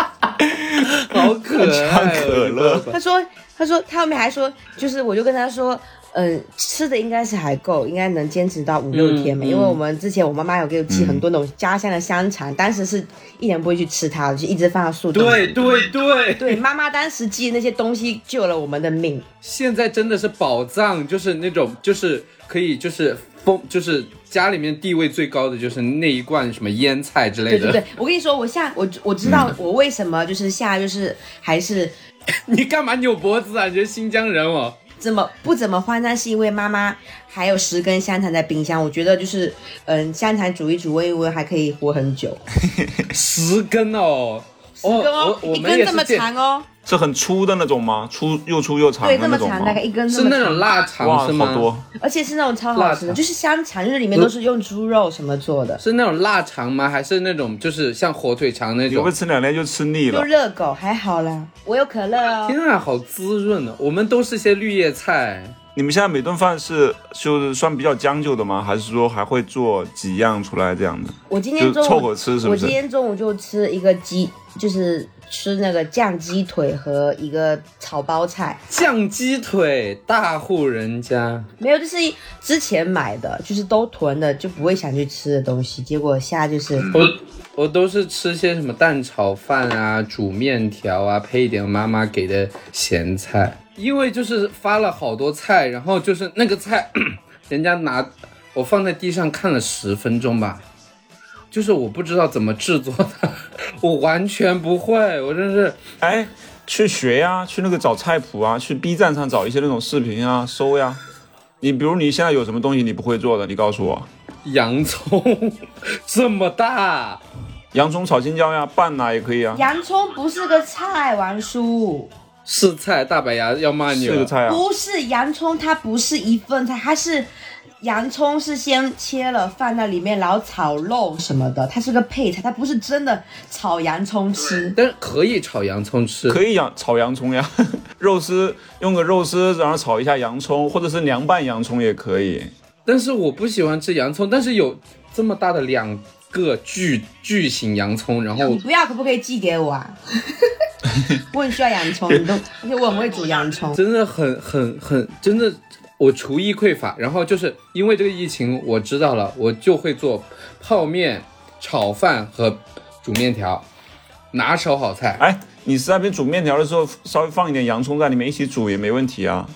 Speaker 3: 好可爱哦，
Speaker 5: 可
Speaker 3: 你
Speaker 5: 乐
Speaker 3: 爸爸
Speaker 6: 他说，他说他后面还说，就是我就跟他说，嗯，吃的应该是还够，应该能坚持到五六天嘛，
Speaker 3: 嗯
Speaker 6: 因为我们之前我妈妈有给我寄很多那种家乡的香肠，当时是一点不会去吃它，就一直放到速冻。
Speaker 3: 对对对，
Speaker 6: 对，妈妈当时寄那些东西救了我们的命。
Speaker 3: 现在真的是宝藏，就是那种就是可以就是封就是家里面地位最高的就是那一罐什么腌菜之类
Speaker 6: 对
Speaker 3: 的。嗯
Speaker 6: 对对，我跟你说，我下我我知道我为什么就是下就是还是
Speaker 3: 你干嘛扭脖子啊？你是新疆人哦。
Speaker 6: 怎么不怎么慌张，是因为妈妈还有十根香肠在冰箱，我觉得就是嗯，香肠煮一煮煨一煨还可以活很久。
Speaker 3: 十根哦，
Speaker 6: 十根哦，
Speaker 3: 我我
Speaker 6: 一
Speaker 3: 们
Speaker 6: 根
Speaker 3: 也
Speaker 6: 这
Speaker 3: 是
Speaker 6: 么
Speaker 3: 见
Speaker 6: 长哦。
Speaker 5: 是很粗的那种吗？粗又粗又长
Speaker 6: 对，
Speaker 5: 的
Speaker 6: 这
Speaker 5: 那
Speaker 6: 么
Speaker 5: 种吗
Speaker 6: 长，？大概一根这
Speaker 3: 是
Speaker 6: 么
Speaker 3: 那种
Speaker 6: 长，
Speaker 3: 腊
Speaker 5: 哇，
Speaker 3: 肠是
Speaker 5: 好
Speaker 3: 吗？
Speaker 5: 多！
Speaker 6: 而且是那种超好吃
Speaker 3: 腊
Speaker 6: 的，
Speaker 3: 肠
Speaker 6: 就是香肠，就是里面都是用猪肉什么做的，
Speaker 3: 是那种腊肠吗？还是那种就是像火腿肠那
Speaker 5: 你会
Speaker 3: 种
Speaker 5: 不会？吃两天就吃腻
Speaker 6: 就
Speaker 5: 了？
Speaker 6: 热狗还好啦。我有可乐哦
Speaker 3: 天，啊，好滋润哦！我们都是些绿叶菜，
Speaker 5: 你们现在每顿饭是就是算比较将就的吗？还是说还会做几样出来这样的？
Speaker 6: 我今
Speaker 5: 就
Speaker 6: 天
Speaker 5: 是
Speaker 6: 中午
Speaker 5: 凑合吃，是不
Speaker 6: 我
Speaker 5: 是
Speaker 6: 今？天中午就吃一个鸡，就是吃那个酱鸡腿和一个炒包菜，
Speaker 3: 酱鸡腿，大户人家，
Speaker 6: 没有，就是之前买的，就是都囤的，就不会想去吃的东西。结果现在就是
Speaker 5: 嗯
Speaker 3: 我我都是吃些什么蛋炒饭啊、煮面条啊，配一点妈妈给的咸菜。因为就是发了好多菜，然后就是那个菜， 人家拿我放在地上看了十分钟吧，就是我不知道怎么制作它，我完全不会，我真是
Speaker 5: 哎，去学呀、去那个找菜谱啊，去 B 站上找一些那种视频啊，搜呀、你比如你现在有什么东西你不会做的，你告诉我。
Speaker 3: 洋葱这么大，
Speaker 5: 洋葱炒青椒呀，拌呐、也可以啊，
Speaker 6: 洋葱不是个菜，王叔，
Speaker 3: 是菜大白牙要骂你
Speaker 5: 是
Speaker 3: 了。
Speaker 5: 个菜啊。
Speaker 6: 不是洋葱，它不是一份菜，它是洋葱是先切了放在里面，然后炒肉什么的，它是个配菜，它不是真的炒洋葱吃。
Speaker 3: 但是可以炒洋葱吃，
Speaker 5: 可以洋炒洋葱呀， 肉丝用个肉丝，然后炒一下洋葱，或者是凉拌洋葱也可以。
Speaker 3: 但是我不喜欢吃洋葱，但是有这么大的两个巨巨型洋葱，然后
Speaker 6: 你不要，可不可以寄给我 啊？我很需要洋葱，你都，而且我很会煮洋葱。
Speaker 3: 真的很很很真的，我厨艺匮乏。然后就是因为这个疫情，我知道了，我就会做泡面、炒饭和煮面条，拿手好菜
Speaker 5: 哎，你在那边煮面条的时候，稍微放一点洋葱在里面一起煮也没问题啊，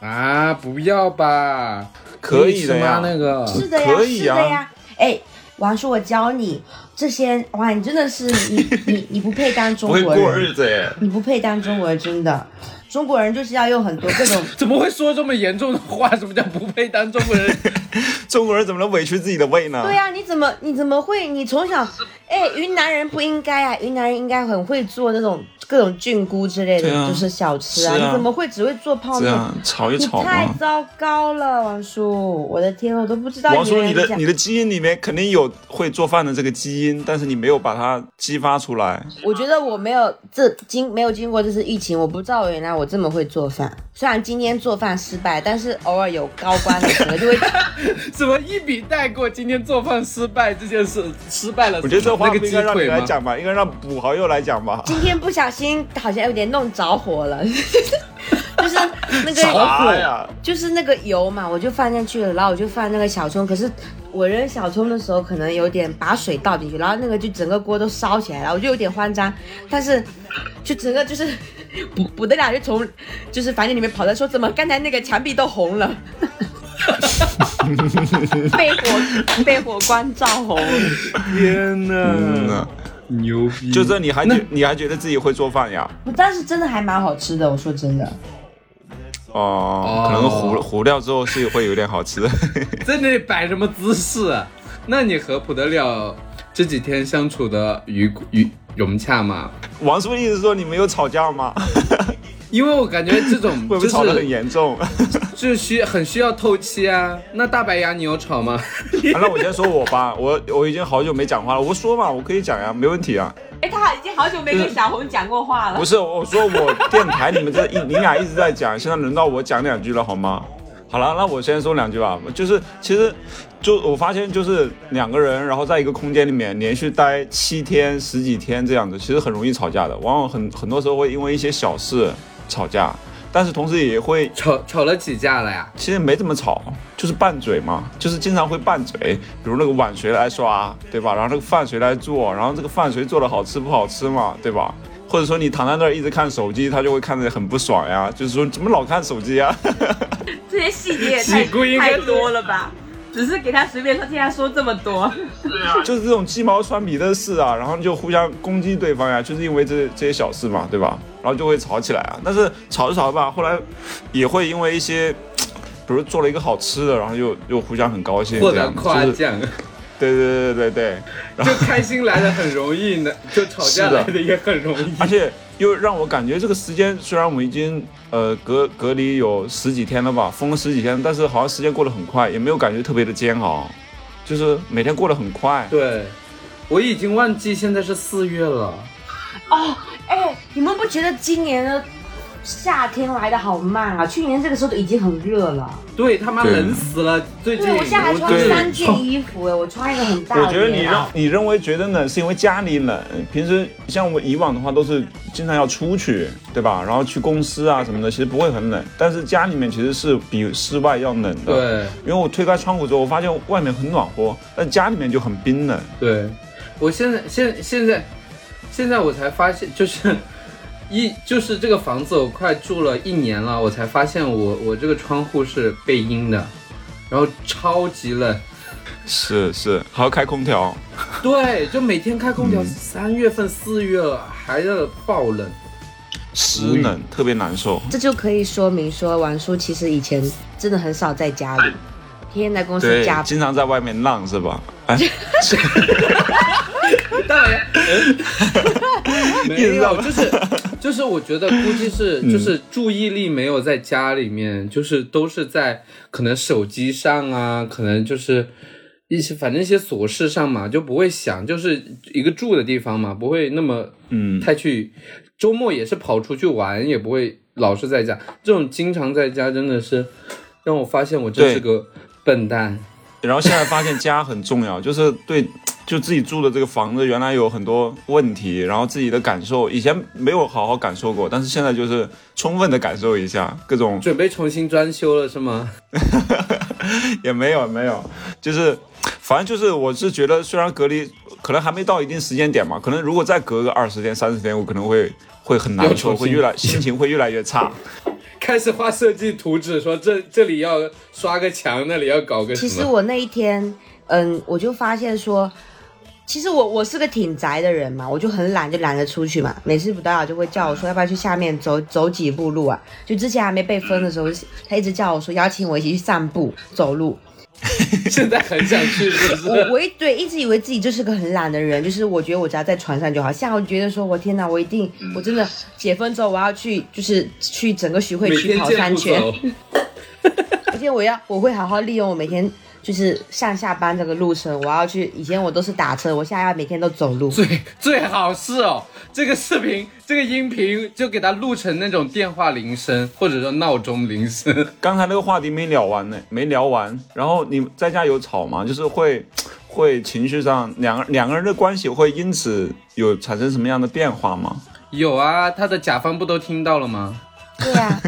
Speaker 3: 啊！不要吧，
Speaker 5: 可以的
Speaker 3: 你吃吗
Speaker 5: 呀？
Speaker 3: 那个
Speaker 6: 是的呀，
Speaker 5: 可以啊
Speaker 6: 是的呀。哎，王叔，我教你这些，哇，你真的是你你你不配当中
Speaker 5: 不会
Speaker 6: 国
Speaker 5: 过
Speaker 6: 人，
Speaker 5: 日子耶。
Speaker 6: 你不配当中国人，真的。中国人就是要用很多各种，
Speaker 3: 怎么会说这么严重的话？什么叫不配当中国人？
Speaker 5: 中国人怎么能委屈自己的胃呢？
Speaker 6: 对呀、你怎么你怎么会？你从小，哎，云南人不应该啊，云南人应该很会做那种各种菌菇之类的，
Speaker 5: 对啊
Speaker 6: 就是小吃啊，
Speaker 5: 是啊
Speaker 6: 你怎么会只会做泡
Speaker 5: 这
Speaker 6: 面？
Speaker 5: 样炒一
Speaker 6: 你
Speaker 5: 炒
Speaker 6: 太
Speaker 5: 嘛。
Speaker 6: 糟糕了，王叔！我的天，我都不知道
Speaker 5: 王
Speaker 6: 原
Speaker 5: 叔，
Speaker 6: 来
Speaker 5: 你
Speaker 6: 是这
Speaker 5: 的
Speaker 6: 样
Speaker 5: 你的基因里面肯定有会做饭的这个基因，但是你没有把它激发出来。
Speaker 6: 我觉得我没有这经没有经过这次疫情，我不知道原来我这么会做饭。虽然今天做饭失败，但是偶尔有高官的时候就会，
Speaker 3: 怎么一笔带过今天做饭失败这件事？失败了什么？
Speaker 5: 我觉得这话
Speaker 3: 那
Speaker 5: 不
Speaker 3: 个
Speaker 5: 应
Speaker 3: 鸡
Speaker 5: 该让你
Speaker 3: 腿
Speaker 5: 来
Speaker 3: 吗？
Speaker 5: 讲吧，应该让补豪又来讲吧。
Speaker 6: 今天不小心好像有点弄着火了， 就是那个
Speaker 3: 着
Speaker 5: 啥哎呀？
Speaker 6: 就是那个油嘛，我就放进去了，然后我就放那个小葱，可是我扔小葱的时候可能有点把水倒进去，然后那个就整个锅都烧起来了，我就有点慌张，但是就整个就是 补补得了，就从就是房间里面跑出来说怎么刚才那个墙壁都红了。 被火被火光照红，
Speaker 3: 天
Speaker 5: 嗯
Speaker 3: 呐，
Speaker 5: 呐，
Speaker 3: 牛逼！
Speaker 5: 就这你
Speaker 3: 嗯
Speaker 5: 还觉你还觉得自己会做饭呀？
Speaker 6: 但是真的还蛮好吃的，我说真的。
Speaker 5: 哦，可能糊糊掉之后是会有点好吃。
Speaker 3: 在那里摆什么姿势啊？那你和不得了这几天相处的愉愉融洽吗？
Speaker 5: 王叔意思说你没有吵架吗？
Speaker 3: 因为我感觉这种
Speaker 5: 会不
Speaker 3: 就
Speaker 5: 会吵得很
Speaker 3: 是
Speaker 5: 严重？ 啊
Speaker 3: 就需很需要透气啊。那大白牙你有吵吗？
Speaker 5: 那我先说我吧，我我已经好久没讲话了。我说嘛，我可以讲呀，没问题啊。
Speaker 6: 哎、他已经好久没跟小红讲过话了
Speaker 5: 不。是，我说我电台你们这一你俩一直在讲，现在轮到我讲两句了，好吗？好了，那我先说两句吧。就是其实，就我发现，就是两个人，然后在一个空间里面连续待七天、十几天这样子，其实很容易吵架的。往往很很多时候会因为一些小事吵架，但是同时也会
Speaker 3: 吵吵了几架了呀？
Speaker 5: 其实没怎么吵，就是拌嘴嘛，就是经常会拌嘴，比如那个碗谁来刷，对吧？然后那个饭谁来做，然后这个饭谁做的好吃不好吃嘛，对吧？或者说你躺在那儿一直看手机，他就会看着很不爽呀，就是说怎么老看手机呀？
Speaker 7: 这些细节也
Speaker 3: 屁股应
Speaker 7: 太
Speaker 3: 该
Speaker 7: 太
Speaker 3: 是
Speaker 7: 多了吧？只是给他随便说，听他说这么多，
Speaker 5: 就是这种鸡毛蒜皮的事啊，然后就互相攻击对方呀，就是因为这这些小事嘛，对吧？然后就会吵起来啊。但是吵着吵着吧，后来也会因为一些，比如做了一个好吃的，然后又又互相很高兴，
Speaker 3: 获
Speaker 5: 这
Speaker 3: 得
Speaker 5: 样
Speaker 3: 夸
Speaker 5: 就是
Speaker 3: 奖，
Speaker 5: 对对对对对。
Speaker 3: 就开心来的很容易呢，就吵架
Speaker 5: 是的
Speaker 3: 来的也很容易。
Speaker 5: 而且又让我感觉这个时间，虽然我们已经呃隔隔离有十几天了吧，封了十几天，但是好像时间过得很快，也没有感觉特别的煎熬，就是每天过得很快。
Speaker 3: 对，我已经忘记现在是四月了。
Speaker 6: 哎，你们不觉得今年的夏天来的好慢啊，去年这个时候都已经很热了。
Speaker 3: 对他妈
Speaker 5: 对
Speaker 3: 冷死了，最近
Speaker 6: 对，我现在还
Speaker 3: 就
Speaker 6: 穿
Speaker 3: 是
Speaker 6: 三件衣服哎，我穿一个很大的
Speaker 5: 我
Speaker 6: 棉袄。
Speaker 5: 觉得你让你认为觉得冷，是因为家里冷。平时像我以往的话，都是经常要出去，对吧？然后去公司啊什么的，其实不会很冷。但是家里面其实是比室外要冷的。，
Speaker 3: 对
Speaker 5: 因为我推开窗户之后，我发现外面很暖和，但家里面就很冰冷。
Speaker 3: 对，我现在现现在现在我才发现，就是一就是这个房子我快住了一年了，我才发现我我这个窗户是背阴的，然后超级冷。
Speaker 5: 是是，还要开空调。
Speaker 3: 对，就每天开空调，三月份、四月还是爆冷。
Speaker 5: 湿冷特别难受，
Speaker 6: 这就可以说明说，王叔其实以前真的很少在家里，天天在公司加班。
Speaker 5: 经常在外面浪 是吧？哎，
Speaker 3: 当然，没有，就是就是，我觉得估计是就是注意力没有在家里面，就是都是在可能手机上啊，可能就是一些反正一些琐事上嘛，就不会想，就是一个住的地方嘛，不会那么
Speaker 5: 嗯，
Speaker 3: 太去。周末也是跑出去玩，也不会老是在家。这种经常在家真的是让我发现我真
Speaker 5: 对
Speaker 3: 是个笨蛋。
Speaker 5: 然后现在发现家很重要，就是对，就自己住的这个房子原来有很多问题，然后自己的感受以前没有好好感受过，但是现在就是充分的感受一下各种，
Speaker 3: 准备重新装修了是吗？
Speaker 5: 也没有没有，就是反正就是我是觉得虽然隔离可能还没到一定时间点嘛，可能如果再隔个二十天三十天，我可能会会很难
Speaker 3: 又重
Speaker 5: 受，
Speaker 3: 新
Speaker 5: 会越来心情会越来越差。
Speaker 3: 开始画设计图纸，说这这里要刷个墙，那里要搞个什
Speaker 6: 其
Speaker 3: 么？
Speaker 6: 实我那一天，嗯，我就发现说，其实我我是个挺宅的人嘛，我就很懒，就懒得出去嘛。每次不到就会叫我说要不要去下面走走几步路啊？就之前还没被分的时候，他一直叫我说邀请我一起去散步走路，
Speaker 3: 现在很想去，是不
Speaker 6: 我
Speaker 3: 是？
Speaker 6: 我一对一直以为自己就是个很懒的人，就是我觉得我只要在床上就好。现在我觉得说，我天哪，我一定，我真的
Speaker 3: 嗯
Speaker 6: 解封之后我要去，就是去整个徐汇
Speaker 3: 每
Speaker 6: 区
Speaker 3: 天
Speaker 6: 跑
Speaker 3: 健
Speaker 6: 三
Speaker 3: 步
Speaker 6: 圈，
Speaker 3: 走，
Speaker 6: 而且我要我会好好利用我每天就是上下班这个路程，我要去。以前我都是打车，我现在要每天都走路。
Speaker 3: 最最好是哦，这个视频、这个音频就给它录成那种电话铃声，或者说闹钟铃声。
Speaker 5: 刚才那个话题没聊完呢，没聊完。然后你在家有吵吗？就是会会情绪上两个两个人的关系会因此有产生什么样的变化吗？
Speaker 3: 有啊，他的甲方不都听到了吗？
Speaker 6: 对啊，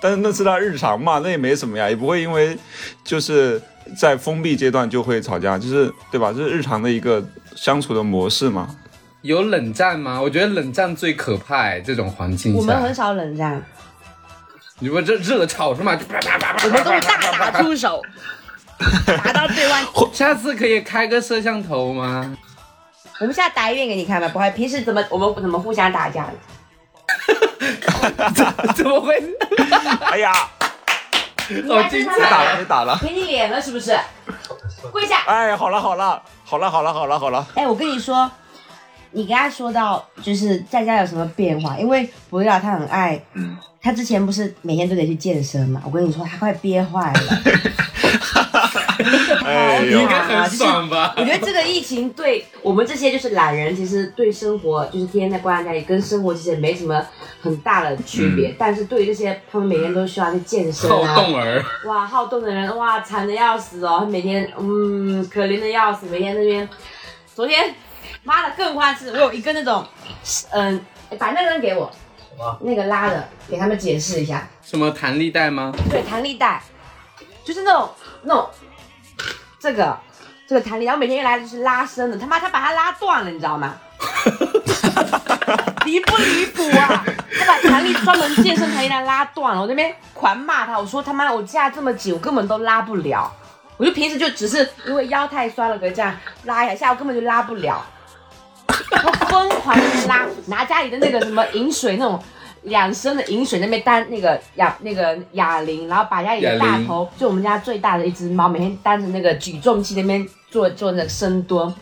Speaker 5: 但是那是他日常嘛，那也没什么呀，也不会因为就是在封闭阶段就会吵架，就是对吧？这是日常的一个相处的模式嘛。
Speaker 3: 有冷战吗？我觉得冷战最可怕、哎，这种环境
Speaker 6: 我们
Speaker 3: 下
Speaker 6: 很，少冷战，
Speaker 3: 你们这热吵是吗？就啪啪啪啪
Speaker 6: 我们都
Speaker 3: 啪
Speaker 6: 是
Speaker 3: 啪
Speaker 6: 大打出手，打到对方。
Speaker 3: 下次可以开个摄像头吗？
Speaker 6: 我们现在打一遍给你看吧，不会。平时怎么我们怎么互相打架的？
Speaker 3: 怎么 会？
Speaker 5: 哎呀，
Speaker 3: 好精
Speaker 5: 别打
Speaker 3: 彩！
Speaker 5: 了，别打了！
Speaker 6: 给你脸了是不是？跪下。
Speaker 5: 哎，好了好了，好了好了好了好了，
Speaker 6: 哎、我跟你说，你刚才说到就是在家有什么变化？因为博雅他很爱，他之前不是每天都得去健身嘛？我跟你说，他快憋坏了，
Speaker 5: 哎
Speaker 3: 应
Speaker 5: 呦，
Speaker 3: 该很爽吧？
Speaker 6: 我觉得这个疫情对我们这些就是懒人，其实对生活就是天天在关在家里，跟生活其实也没什么很大的区别。但是对于这些他们每天都需要去健
Speaker 3: 嗯
Speaker 6: 身
Speaker 3: 好
Speaker 6: 啊，
Speaker 3: 动儿，
Speaker 6: 哇，好动的人哇，惨的要死哦，每天嗯，可怜的要死，每天那边，昨天，妈的更夸张是，我有一个那种，嗯，把那个给我，那个拉的，给他们解释一下，
Speaker 3: 什么弹力带吗？
Speaker 6: 对，弹力带，就是那种那种，这个这个弹力，然后每天一来就是拉伸的，他妈他把它拉断了，你知道吗？ 离不离谱啊！他把弹力专门健身弹力带拉断了，我那边狂骂他，我说他妈我架这么紧，我根本都拉不了。我就平时就只是因为腰太酸了，可以这样拉一下，下午根本就拉不了。我疯狂地拉，拿家里的那个什么饮水那种两升的饮水那边当那个哑那个哑铃，然后把家里的
Speaker 3: 哑
Speaker 6: 大
Speaker 3: 铃
Speaker 6: 头，就我们家最大的一只猫，每天当成那个举重器那边做做那个深蹲。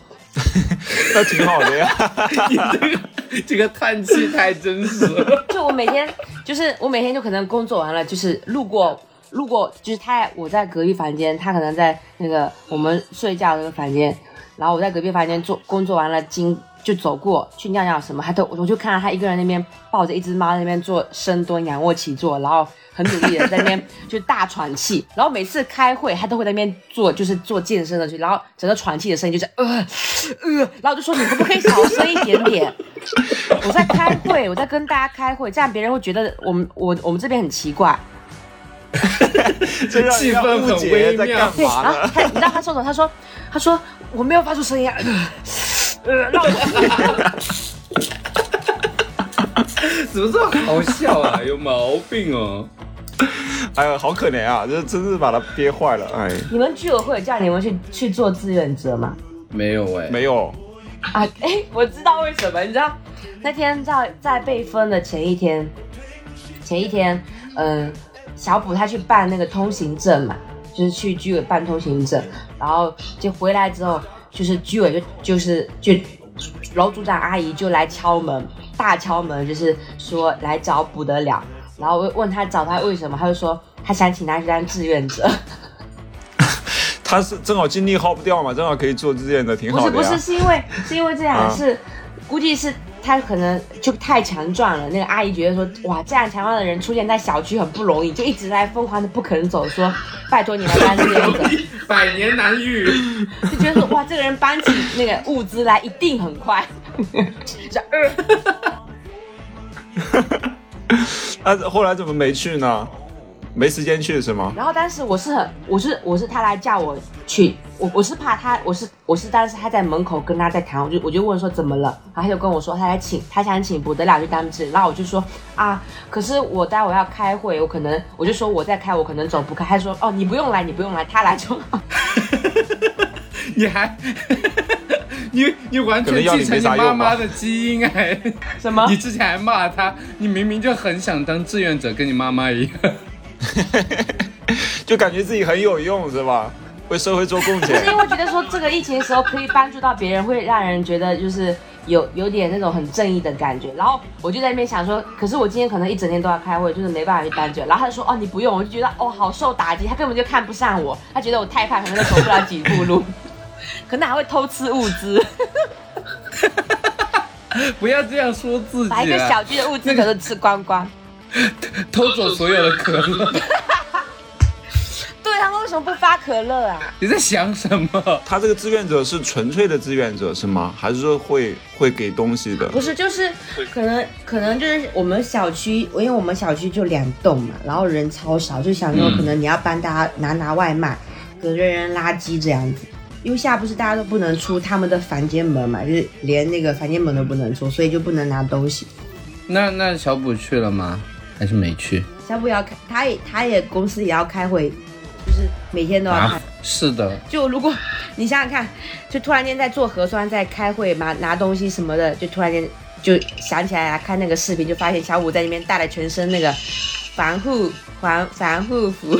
Speaker 5: 那挺好的呀。
Speaker 3: 你这个 这个叹气太真实了。
Speaker 6: 就我每天就是我每天就可能工作完了，就是路过路过，就是他在我在隔壁房间，他可能在那个我们睡觉的那个房间，然后我在隔壁房间做工作完了，经就走过去尿尿什么，他都我就看到他一个人那边抱着一只猫在那边做深蹲、仰卧起坐，然后很努力的在那边 就大喘气，然后每次开会他都会在那边做就是做健身的去，然后整个喘气的声音就是呃呃，然后我就说你可不可以小声一点点？我在开会，我在跟大家开会，这样别人会觉得我们我我们这边很奇怪。
Speaker 5: 这让
Speaker 3: 气氛
Speaker 5: 让误
Speaker 3: 很
Speaker 5: 解
Speaker 3: 微
Speaker 5: 在
Speaker 3: 妙
Speaker 5: 干
Speaker 6: 对，
Speaker 5: 嘛
Speaker 6: 然
Speaker 5: 呢？
Speaker 6: 后他，你知道他说什么？他说，他说我没有发出声音、啊，呃，呃让我
Speaker 3: 怎么这么好笑啊？有毛病哦！
Speaker 5: 哎呀，好可怜啊！这真是把他憋坏了。哎，
Speaker 6: 你们居委会有叫你们去去做志愿者吗？
Speaker 3: 没有哎、
Speaker 5: 没有，
Speaker 6: 啊，哎、我知道为什么，你知道那天在在被分的前一天，前一天，嗯，小卜他去办那个通行证嘛，就是去居委办通行证，然后就回来之后，就是居委就就是就楼组长阿姨就来敲门，大敲门，就是说来找补得了，然后问问他找他为什么，他就说他想请他去当志愿者，
Speaker 5: 他是正好精力耗不掉嘛，正好可以做志愿的，挺
Speaker 6: 不
Speaker 5: 好
Speaker 6: 是
Speaker 5: 的
Speaker 6: 不
Speaker 5: 呀
Speaker 6: 是，。是 因为是因为这样、
Speaker 5: 啊
Speaker 6: 是，估计是他可能就太强壮了。那个阿姨觉得说，哇，这样强壮的人出现在小区很不容易，就一直在疯狂的不肯 走，说拜托你来搬这个，
Speaker 3: 百年难遇，
Speaker 6: 就觉得说，哇，这个人搬起那个物资来一定很快。就呃，
Speaker 5: 那、啊后来怎么没去呢？没时间去是吗？
Speaker 6: 然后当时我是很，我是我是他来叫我去，我我是怕他，我是我是当时他在门口跟他在谈，我就我就问说怎么了，然后他就跟我说他来请他想请不得了去当志愿，然后我就说啊，可是我待会要开会，我可能我就说我在开，我可能走不开，他说哦你不用来，你不用来，他来就好，
Speaker 3: 你还 你你完全
Speaker 5: 可能要你
Speaker 3: 继承
Speaker 5: 没
Speaker 3: 你
Speaker 5: 啥
Speaker 3: 妈
Speaker 5: 用吧
Speaker 3: 妈的基因哎！
Speaker 6: 什 么
Speaker 3: 你之前还骂她，你明明就很想当志愿者，跟你妈妈一样。
Speaker 5: 就感觉自己很有用是吧？为社会做贡
Speaker 6: 就是啊因
Speaker 5: 献。
Speaker 6: 为觉得说这个疫情的时候可以帮助到别人，会让人觉得就是有有点那种很正义的感觉。然后我就在那边想说，可是我今天可能一整天都要开会，就是没办法去当觉。然后他就说哦你不用，我就觉得哦好受打击，他根本就看不上我，他觉得我太胖，可能都走不了几步路，可能还会偷吃物资，
Speaker 3: 不要这样说自己、啊，
Speaker 6: 把一个小区的物资可能吃光光。
Speaker 3: 偷走所有的可乐，
Speaker 6: 对他们为什么不发可乐啊？
Speaker 3: 你在想什么？
Speaker 5: 他这个志愿者是纯粹的志愿者是吗？还是说会会给东西的？
Speaker 6: 不是，就是可能可能就是我们小区，因为我们小区就两栋嘛，然后人超少，就想说可能你要帮大家拿拿外卖，隔着人垃圾这样子。因为现在不是大家都不能出他们的房间门嘛，就是连那个房间门都不能出，所以就不能拿东西。
Speaker 3: 那那小补去了吗？还是没去？
Speaker 6: 小布要开，他也他也公司也要开会，就是每天都要开。
Speaker 3: 啊，是的，
Speaker 6: 就如果你想想看，就突然间在做核酸，在开会嘛，拿东西什么的，就突然间就想起来啊看那个视频，就发现小五在那边带了全身那个防护防防 护服，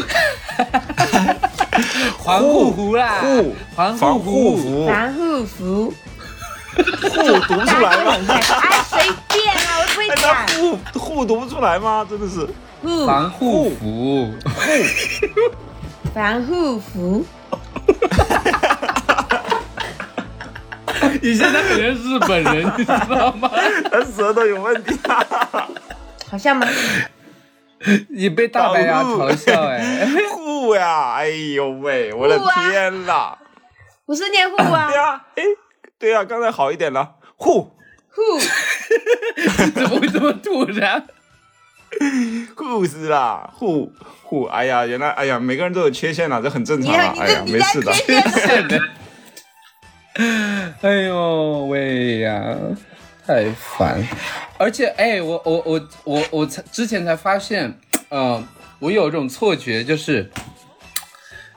Speaker 3: 环护服啦，
Speaker 5: 护
Speaker 3: 环
Speaker 5: 防
Speaker 3: 护
Speaker 5: 护
Speaker 3: 服，
Speaker 5: 服，哎
Speaker 6: 防护服，
Speaker 5: 护读不出来吗？
Speaker 6: 哎，随便啊，我不会
Speaker 5: 哎，
Speaker 6: 讲
Speaker 5: 他护护读不出来吗？真的是
Speaker 6: 护
Speaker 3: 防护服，
Speaker 6: 防护服，
Speaker 3: 你现在很像日本人，你知道吗？
Speaker 5: 他舌头有问题、啊。
Speaker 6: 好像吗？
Speaker 3: 你被大白牙嘲笑哎、
Speaker 5: 护呀！ 哎呦喂，我的
Speaker 6: 护啊
Speaker 5: 天啦！
Speaker 6: 不 是念护啊
Speaker 5: 对，呀，哎，对呀，刚才好一点了。护
Speaker 6: 护
Speaker 3: 怎么会这么突然？
Speaker 5: 护士啦，护护，哎呀，原来哎呀，每个人都有缺陷啦，这很正
Speaker 6: 你
Speaker 5: 常啦
Speaker 6: 看。你
Speaker 5: 哎
Speaker 6: 这
Speaker 5: 呀，
Speaker 6: 你
Speaker 5: 没事的
Speaker 6: 在。 天天
Speaker 3: 哎呦喂呀，太烦！而且哎，我我我我我才之前才发现，呃，我有一种错觉，就是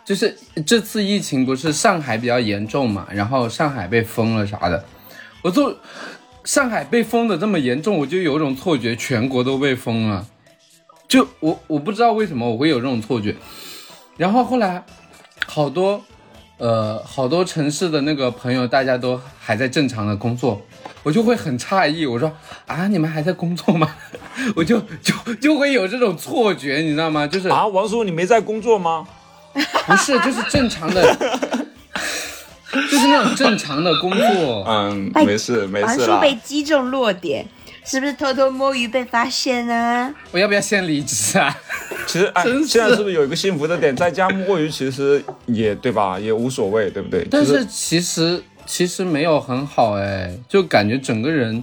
Speaker 3: 就是这次疫情不是上海比较严重嘛，然后上海被封了啥的，我就上海被封的这么严重，我就有一种错觉，全国都被封了。就我我不知道为什么我会有这种错觉，然后后来好多呃，好多城市的那个朋友，大家都还在正常的工作，我就会很诧异，我说啊，你们还在工作吗？ 我就就就会有这种错觉，你知道吗？
Speaker 5: 啊
Speaker 3: 就是
Speaker 5: 啊，王叔，你没在工作吗？
Speaker 3: 不是就是正常的， 就是那种正常的工作。
Speaker 5: 嗯，
Speaker 6: 哎
Speaker 5: 没事没
Speaker 6: 王
Speaker 5: 事
Speaker 6: 叔
Speaker 5: 啦。
Speaker 6: 被击中落点，是不是偷偷摸鱼被发现啊？
Speaker 3: 我要不要先离职啊？
Speaker 5: 其实哎
Speaker 3: 真，是
Speaker 5: 现在是不是有一个幸福的点，在家摸鱼其实也对吧，也无所谓，对不对？
Speaker 3: 但
Speaker 5: 就是
Speaker 3: 其实其实没有很好哎，就感觉整个人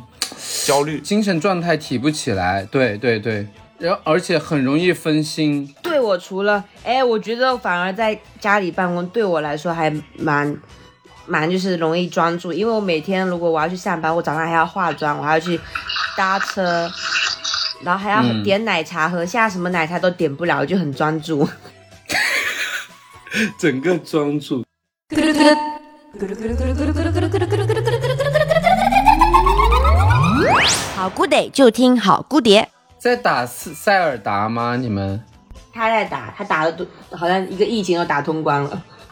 Speaker 5: 焦虑，
Speaker 3: 精神状态提不起来。对对对，然后而且很容易分心。
Speaker 6: 对我除了哎，我觉得反而在家里办公对我来说还蛮蛮就是容易专注，因为我每天如果我要去上班，我早上还要化妆，我还要去搭车，然后还要
Speaker 3: 嗯
Speaker 6: 点奶茶喝，现在什么奶茶都点不了，我就很专注。
Speaker 3: 整个专注。
Speaker 2: 好 good day 就听好 good 碟，
Speaker 3: 在打塞塞尔达吗？你们？
Speaker 6: 他在打，他打的都好像一个疫情都打通关了。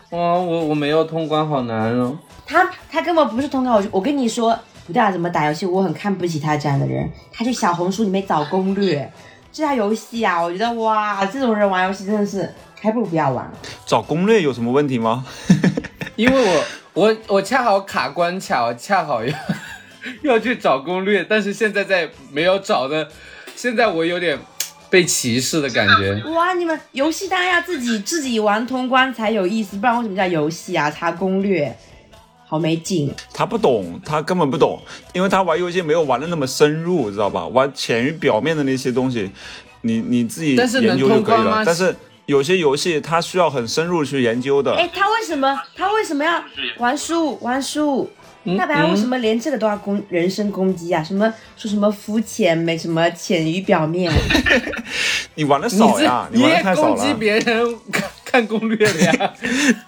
Speaker 3: 哇，我我没有通关，好难哦。
Speaker 6: 他他根本不是通告，我就我跟你说，不知道怎么打游戏，我很看不起他这样的人。他去小红书里面找攻略，这套游戏啊，我觉得哇，这种人玩游戏真的是还不如不要玩。
Speaker 5: 找攻略有什么问题吗？
Speaker 3: 因为我我我恰好卡关卡，我恰好要 要去找攻略，但是现在在没有找的，现在我有点被歧视的感觉。
Speaker 5: 啊
Speaker 6: 哇，你们游戏当然要自己自己玩通关才有意思，不然为什么叫游戏啊？查攻略，好没劲。
Speaker 5: 他不懂，他根本不懂，因为他玩游戏没有玩的那么深入，知道吧？玩浅于表面的那些东西，你你自己
Speaker 3: 但是能
Speaker 5: 研究就
Speaker 3: 通
Speaker 5: 可以
Speaker 3: 关
Speaker 5: 了
Speaker 3: 吗。
Speaker 5: 但是有些游戏它需要很深入去研究的。
Speaker 6: 哎，他为什么他为什么要玩输玩输？
Speaker 3: 嗯
Speaker 6: 大白为什么连这个都要攻人身攻击啊？什么说什么肤浅没什么浅于表面？
Speaker 5: 你玩的
Speaker 3: 你
Speaker 5: 少
Speaker 3: 这
Speaker 5: 呀，
Speaker 3: 你
Speaker 5: 玩的
Speaker 3: 也
Speaker 5: 太少
Speaker 3: 攻击
Speaker 5: 了。
Speaker 3: 别人看看攻略的 呀？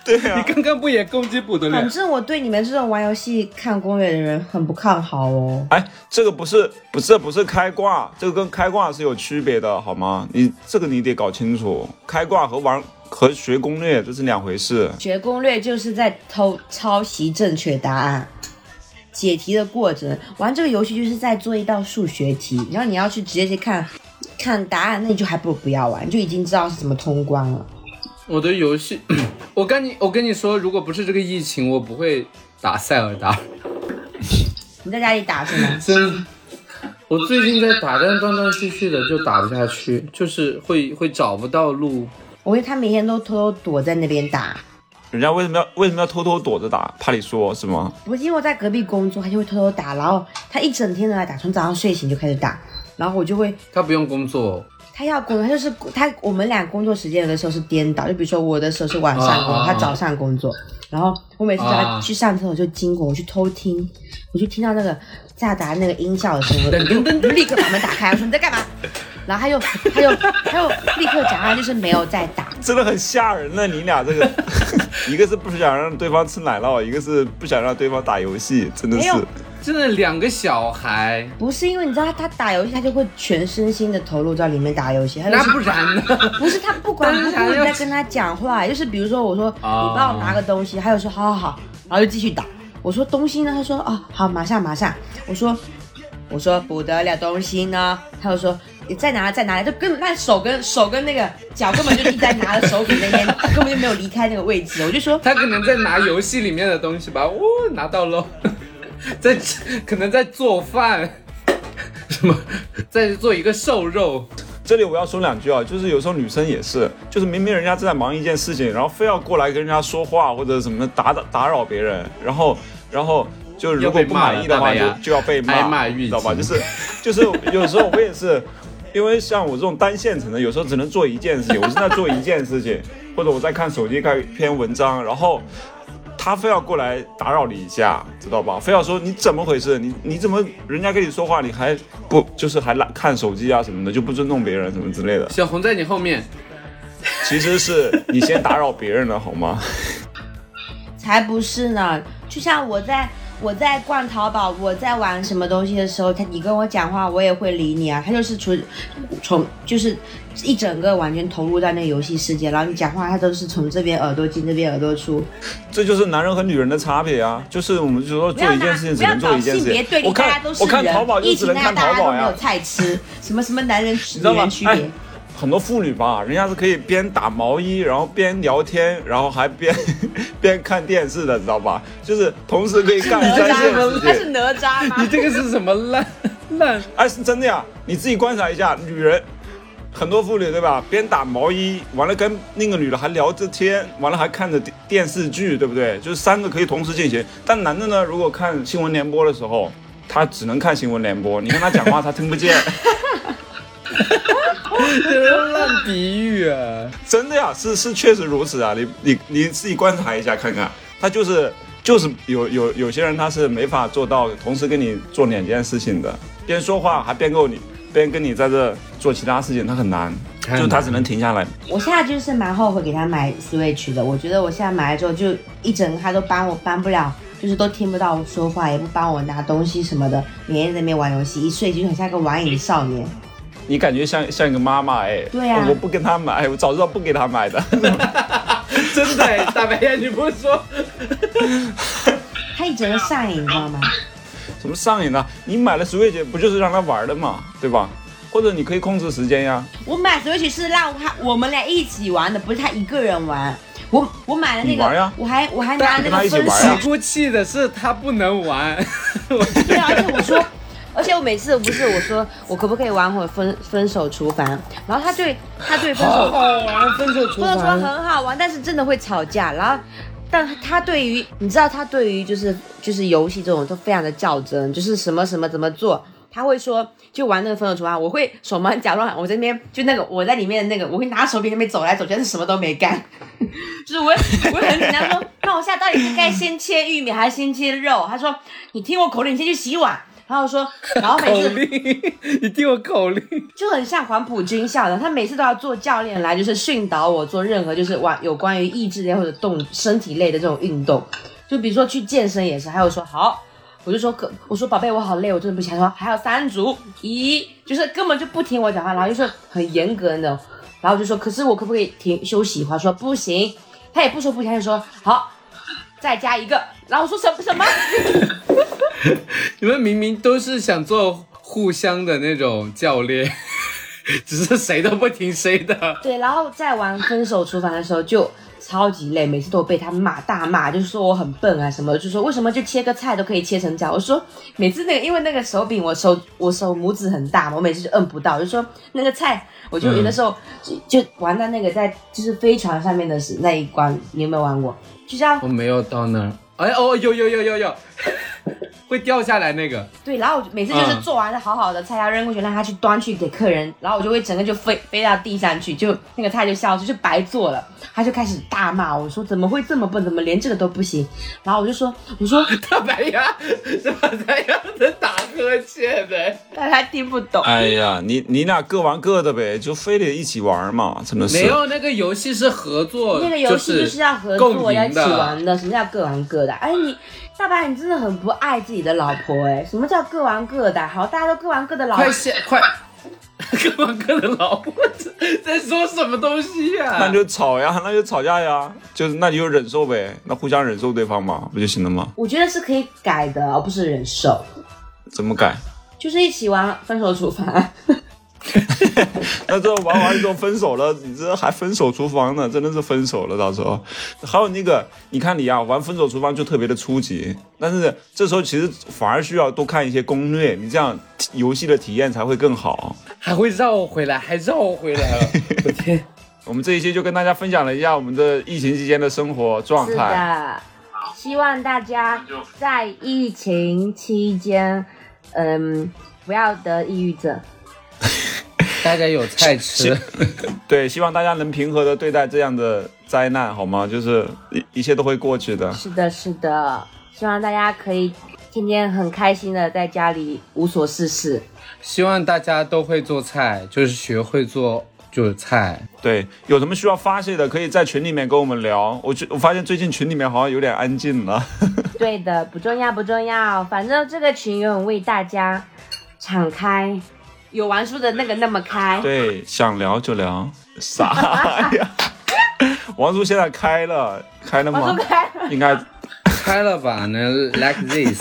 Speaker 5: 对啊
Speaker 3: 你
Speaker 5: 呀、
Speaker 3: 刚刚不也攻击补的
Speaker 6: 反
Speaker 3: 脸？
Speaker 6: 正我对你们这种玩游戏看攻略的人很不看好哦。
Speaker 5: 哎，这个不是不是不是开挂，这个跟开挂是有区别的，好吗？你这个你得搞清楚，开挂和玩和学攻略这是两回事。
Speaker 6: 学攻略就是在偷抄袭正确答案，解题的过程，玩这个游戏就是在做一道数学题，然后你要去直接去看看答案，那你就还不如不要玩，你就已经知道是怎么通关了。
Speaker 3: 我的游戏，我跟你我跟你说，如果不是这个疫情，我不会打塞尔达。
Speaker 6: 你在家里打什 么？
Speaker 3: 真，我最近在打，但是断断续续的就打不下去，就是会会找不到路。
Speaker 6: 我觉得他每天都偷偷躲在那边打，
Speaker 5: 人家为什么要为什么要偷偷躲着打？怕你说是吗？
Speaker 6: 我因为我在隔壁工作，他就会偷偷打，然后他一整天都在打，从早上睡醒就开始打，然后我就会
Speaker 3: 他不用工作，
Speaker 6: 他要工作，他就是他我们俩工作时间有的时候是颠倒，就比如说我的时候是晚上工作，
Speaker 3: 啊啊啊
Speaker 6: 他早上工作，然后我每次叫他
Speaker 3: 啊
Speaker 6: 去上厕所就经过，我去偷听，我就听到那个炸达那个音效的声音，我就我就立刻把门打开，我说你在干嘛？然后他又他又他又立刻讲话，就是没有在打，
Speaker 5: 真的很吓人呢，你俩这个， 一个是不想让对方吃奶酪，一个是不想让对方打游戏，真的
Speaker 6: 没
Speaker 5: 是
Speaker 6: 有
Speaker 3: 真的两个小孩，
Speaker 6: 不是因为你知道他打游戏，他就会全身心的投入到里面打游戏，他就
Speaker 3: 那
Speaker 6: 是
Speaker 3: 不然呢？
Speaker 6: 不是他不管
Speaker 3: 但是
Speaker 6: 他不
Speaker 3: 还要
Speaker 6: 能在跟他讲话，就是比如说我说你
Speaker 3: 哦
Speaker 6: 帮我拿个东西，他就说好好好，然后就继续打。我说东西呢？他说哦好，马上马上。我说我说补得了东西呢？他就说你再拿再拿，就根本那手跟手跟那个脚根本就一直在拿着手柄那边，根本就没有离开那个位置。我就说
Speaker 3: 他可能在拿游戏里面的东西吧，哦，拿到喽， 在可能在做饭， 什么在做一个瘦肉，
Speaker 5: 这里我要说两句啊，就是有时候女生也是，就是明明人家正在忙一件事情，然后非要过来跟人家说话或者什么打打打扰别人，然后然后就如果不满意的话
Speaker 3: 又被骂了大白
Speaker 5: 就
Speaker 3: 牙
Speaker 5: 就要被
Speaker 3: 挨
Speaker 5: 骂，
Speaker 3: 骂
Speaker 5: 你
Speaker 3: 预
Speaker 5: 知道吧？
Speaker 3: 警
Speaker 5: 就是就是有时候我也是，因为像我这种单线程的，有时候只能做一件事情，我正在做一件事情，或者我在看手机看一篇文章，然后。他非要过来打扰你一下，知道吧？非要说你怎么回事？你你怎么人家跟你说话，你还不就是还拉看手机啊什么的，就不尊重别人什么之类的。
Speaker 3: 小红在你后面，
Speaker 5: 其实是你先打扰别人了，好吗？
Speaker 6: 才不是呢，就像我在。我在逛淘宝，我在玩什么东西的时候，他你跟我讲话，我也会理你啊。他就是从从就是一整个完全投入在那个游戏世界，然后你讲话，他都是从这边耳朵进这边耳朵出。
Speaker 5: 这就是男人和女人的差别啊！就是我们就说
Speaker 6: 不
Speaker 5: 做
Speaker 6: 要
Speaker 5: 一
Speaker 6: 拿
Speaker 5: 件事情
Speaker 6: 不
Speaker 5: 只
Speaker 6: 要
Speaker 5: 能做
Speaker 6: 搞
Speaker 5: 一件
Speaker 6: 性
Speaker 5: 事
Speaker 6: 别
Speaker 5: 情
Speaker 6: 对。立，
Speaker 5: 我
Speaker 6: 大家
Speaker 5: 看
Speaker 6: 都是
Speaker 5: 我看
Speaker 6: 人
Speaker 5: 淘宝就
Speaker 6: 疫
Speaker 5: 只
Speaker 6: 情
Speaker 5: 能
Speaker 6: 啊，
Speaker 5: 看
Speaker 6: 大
Speaker 5: 淘
Speaker 6: 家都
Speaker 5: 宝
Speaker 6: 没
Speaker 5: 呀
Speaker 6: 有，菜吃，什么什么男人
Speaker 5: 你知
Speaker 6: 女
Speaker 5: 道吗
Speaker 6: 人区？
Speaker 5: 哎
Speaker 6: 别。，
Speaker 5: 很多妇女吧，人家是可以边打毛衣，然后边聊天，然后还边 边看电视的，知道吧？就是同时可以干三件事
Speaker 7: 他是
Speaker 5: 情。
Speaker 7: 哪吒
Speaker 3: 你
Speaker 7: 吗？
Speaker 3: 这个是什么烂烂？
Speaker 5: 哎，是真的呀，你自己观察一下，女人很多妇女对吧？边打毛衣，完了跟那个女的还聊着天，完了还看着电电视剧，对不对？就是三个可以同时进行。但男的呢，如果看新闻联播的时候，他只能看新闻联播，你跟他讲话他听不见。
Speaker 3: 这是烂比喻啊！
Speaker 5: 真的呀，是是确实如此啊！你你你自己观察一下看看，他就是就是有有有些人他是没法做到同时跟你做两件事情的，边说话还边跟你边跟你在这做其他事情，他很难，
Speaker 3: 太难
Speaker 5: 就他只能停下来。
Speaker 6: 我现在就是蛮后悔给他买 Switch 的，我觉得我现在买了之后，就一整个他都帮我搬不了，就是都听不到我说话，也不帮我拿东西什么的，每天在那边玩游戏，一睡就很像个网瘾少年。
Speaker 5: 你感觉像像一个妈妈哎，
Speaker 6: 对呀
Speaker 5: 我不跟他买，我早知道不给他买 的。
Speaker 3: 真的欸，大白眼，你不是说
Speaker 6: 他一整个上瘾，你知道吗？
Speaker 5: 什么上瘾啊？你买了 Switch 不就是让他玩的嘛，对吧？或者你可以控制时间呀。
Speaker 6: 我买 Switch 是让他我们俩一起玩的，不是他一个人玩。我我买了那
Speaker 5: 你
Speaker 6: 个，
Speaker 5: 玩呀啊
Speaker 6: 我还我还拿那
Speaker 5: 跟他
Speaker 6: 个
Speaker 5: 一起
Speaker 6: 分
Speaker 5: 玩
Speaker 6: 时
Speaker 5: 呀
Speaker 3: 你哭泣的是他不能玩，
Speaker 6: 对啊，而且我说，而且我每次不是我说我可不可以玩会儿分分手厨房，然后他对他对 分手
Speaker 3: 好玩分手厨
Speaker 6: 分手厨房
Speaker 3: 房。
Speaker 6: 很好玩，但是真的会吵架，然后。但他对于你知道，他对于就是就是游戏这种都非常的较真，就是什么什么怎么做，他会说就玩那个分手厨房，我会手忙脚乱，我这边就那个我在里面的那个，我会拿手柄那边走来走去，但是什么都 没干，就是我会我会很紧张说，那我现在到底是该先切玉米还是先切肉？他说你听我口令，你先去洗碗。然后我说，然后每
Speaker 3: 口
Speaker 6: 次
Speaker 3: 令，你听我口令，
Speaker 6: 就很像黄埔军校的，他每次都要做教练来，就是训导我做任何就是玩有关于意志类或者动身体类的这种运动，就比如说去健身也是，还有说好，我就说可我说宝贝我好累，我真的不行，他说还有三组，咦，就是根本就不听我讲话，然后就是很严格的那种，然后我就说可是我可不可以停休息一会儿？他说不行，他也不说不行，他就说好，再加一个，然后我说什么什么？
Speaker 3: 你们明明都是想做互相的那种教练， 只是谁都不听谁的。
Speaker 6: 对，然后在玩分手厨房的时候就超级累，每次都被他骂大骂，就说我很笨啊什么，就说为什么就切个菜都可以切成这样。我说每次那个因为那个手柄我手我手拇指很大嘛，我每次就摁不到，就说那个菜我就有的时候就就玩到那个在就是飞船上面的时那一关，你有没有玩过？就像
Speaker 3: 我没有到那儿，哎哦，有有有有有， 会掉下来那个，
Speaker 6: 对，然后我就每次就是
Speaker 3: 嗯
Speaker 6: 做完了好好的菜要扔过去，让他去端去给客人，然后我就会整个就飞飞到地上去，就那个菜就消失，就白做了。他就开始大骂我说怎么会这么笨，怎么连这个都不行？然后我就说我 说，
Speaker 3: 大白牙，大白牙在打呵欠的，
Speaker 6: 但他听不懂。
Speaker 5: 哎呀，你你俩各玩各的呗，就非得一起玩嘛，真的是。
Speaker 3: 没有那个游戏是合作，
Speaker 6: 那个游戏哦就是要合作，
Speaker 3: 共
Speaker 6: 要一
Speaker 3: 赢
Speaker 6: 起
Speaker 3: 的。
Speaker 6: 玩的，什么叫各玩各的？哎，你大白，你真的很不爱自己的老婆哎、什么叫各玩各的？好，大家都各玩各的老婆
Speaker 3: 快。下快， 各玩各的老婆在说什么东西呀、
Speaker 5: 那就吵呀，那就吵架呀，就是那你就忍受呗，那互相忍受对方嘛，不就行了吗？
Speaker 6: 我觉得是可以改的，而不是忍受，
Speaker 5: 怎么改？
Speaker 6: 就是一起玩分手厨房。
Speaker 5: 那这玩完之后分手了，你这还分手厨房呢，真的是分手了。到时候，还有那个，你看你啊，玩分手厨房就特别的初级，但是这时候其实反而需要多看一些攻略，你这样游戏的体验才会更好。
Speaker 3: 还会绕回来，还绕回来 了，我天！
Speaker 5: 我们这一期就跟大家分享了一下我们的疫情期间的生活状
Speaker 6: 是
Speaker 5: 态。
Speaker 6: 的，希望大家在疫情期间，嗯，不要得抑郁症。
Speaker 3: 大家有菜吃，
Speaker 5: 对，希望大家能平和的对待这样的灾难，好吗？就是一一切都会过去的。
Speaker 6: 是的，是的，希望大家可以天天很开心的在家里无所事事。
Speaker 3: 希望大家都会做菜，就是学会做就是菜。
Speaker 5: 对，有什么需要发泄的，可以在群里面跟我们聊。我觉我发现最近群里面好像有点安静 了。
Speaker 6: 对的， 不重要，不重要，反正这个群永远为大家敞开，有玩书的那个那么开。
Speaker 5: 对，想聊就聊，啥 呀？王叔现在开了，开了
Speaker 6: 我
Speaker 5: 吗
Speaker 6: 都？开了。
Speaker 5: 应该
Speaker 3: 开了吧，能 like this，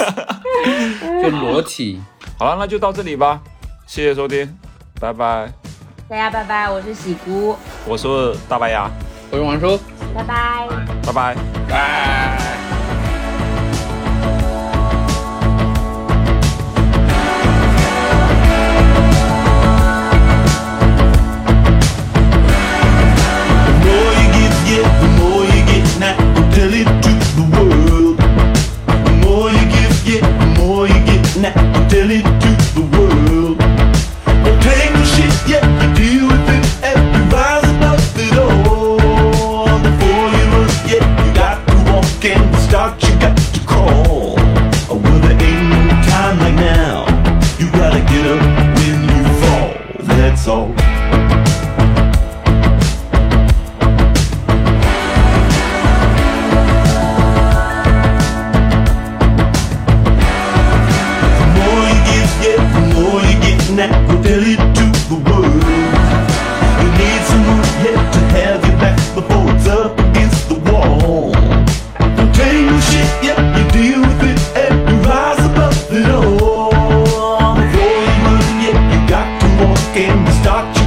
Speaker 3: 就裸体。
Speaker 5: 好了，那就到这里吧，谢谢收听，拜拜。
Speaker 7: 大家拜拜，我是喜姑，
Speaker 5: 我说大白牙，
Speaker 3: 我是王叔，
Speaker 7: 拜拜。
Speaker 5: 拜拜。
Speaker 3: 拜。
Speaker 8: The more you get, get, the more you get. Now I'm telling to the world. The more you give, get, the more you get. Now I'm telling to the world. Don't take the shit yet, you deal with it. Everybody's about it all. Before you run, yet you got to walk and start. You got to crawl. Oh, well, there ain't no time like now. You gotta get up when you fall. That's all. The more you give, yeah, the more you get. Now go tell it to the world. You need someone yet to have your back before it's up against the wall. Don't take no shit yet, you deal with it and you rise above it all. Before you run yet, you got to walk and start. You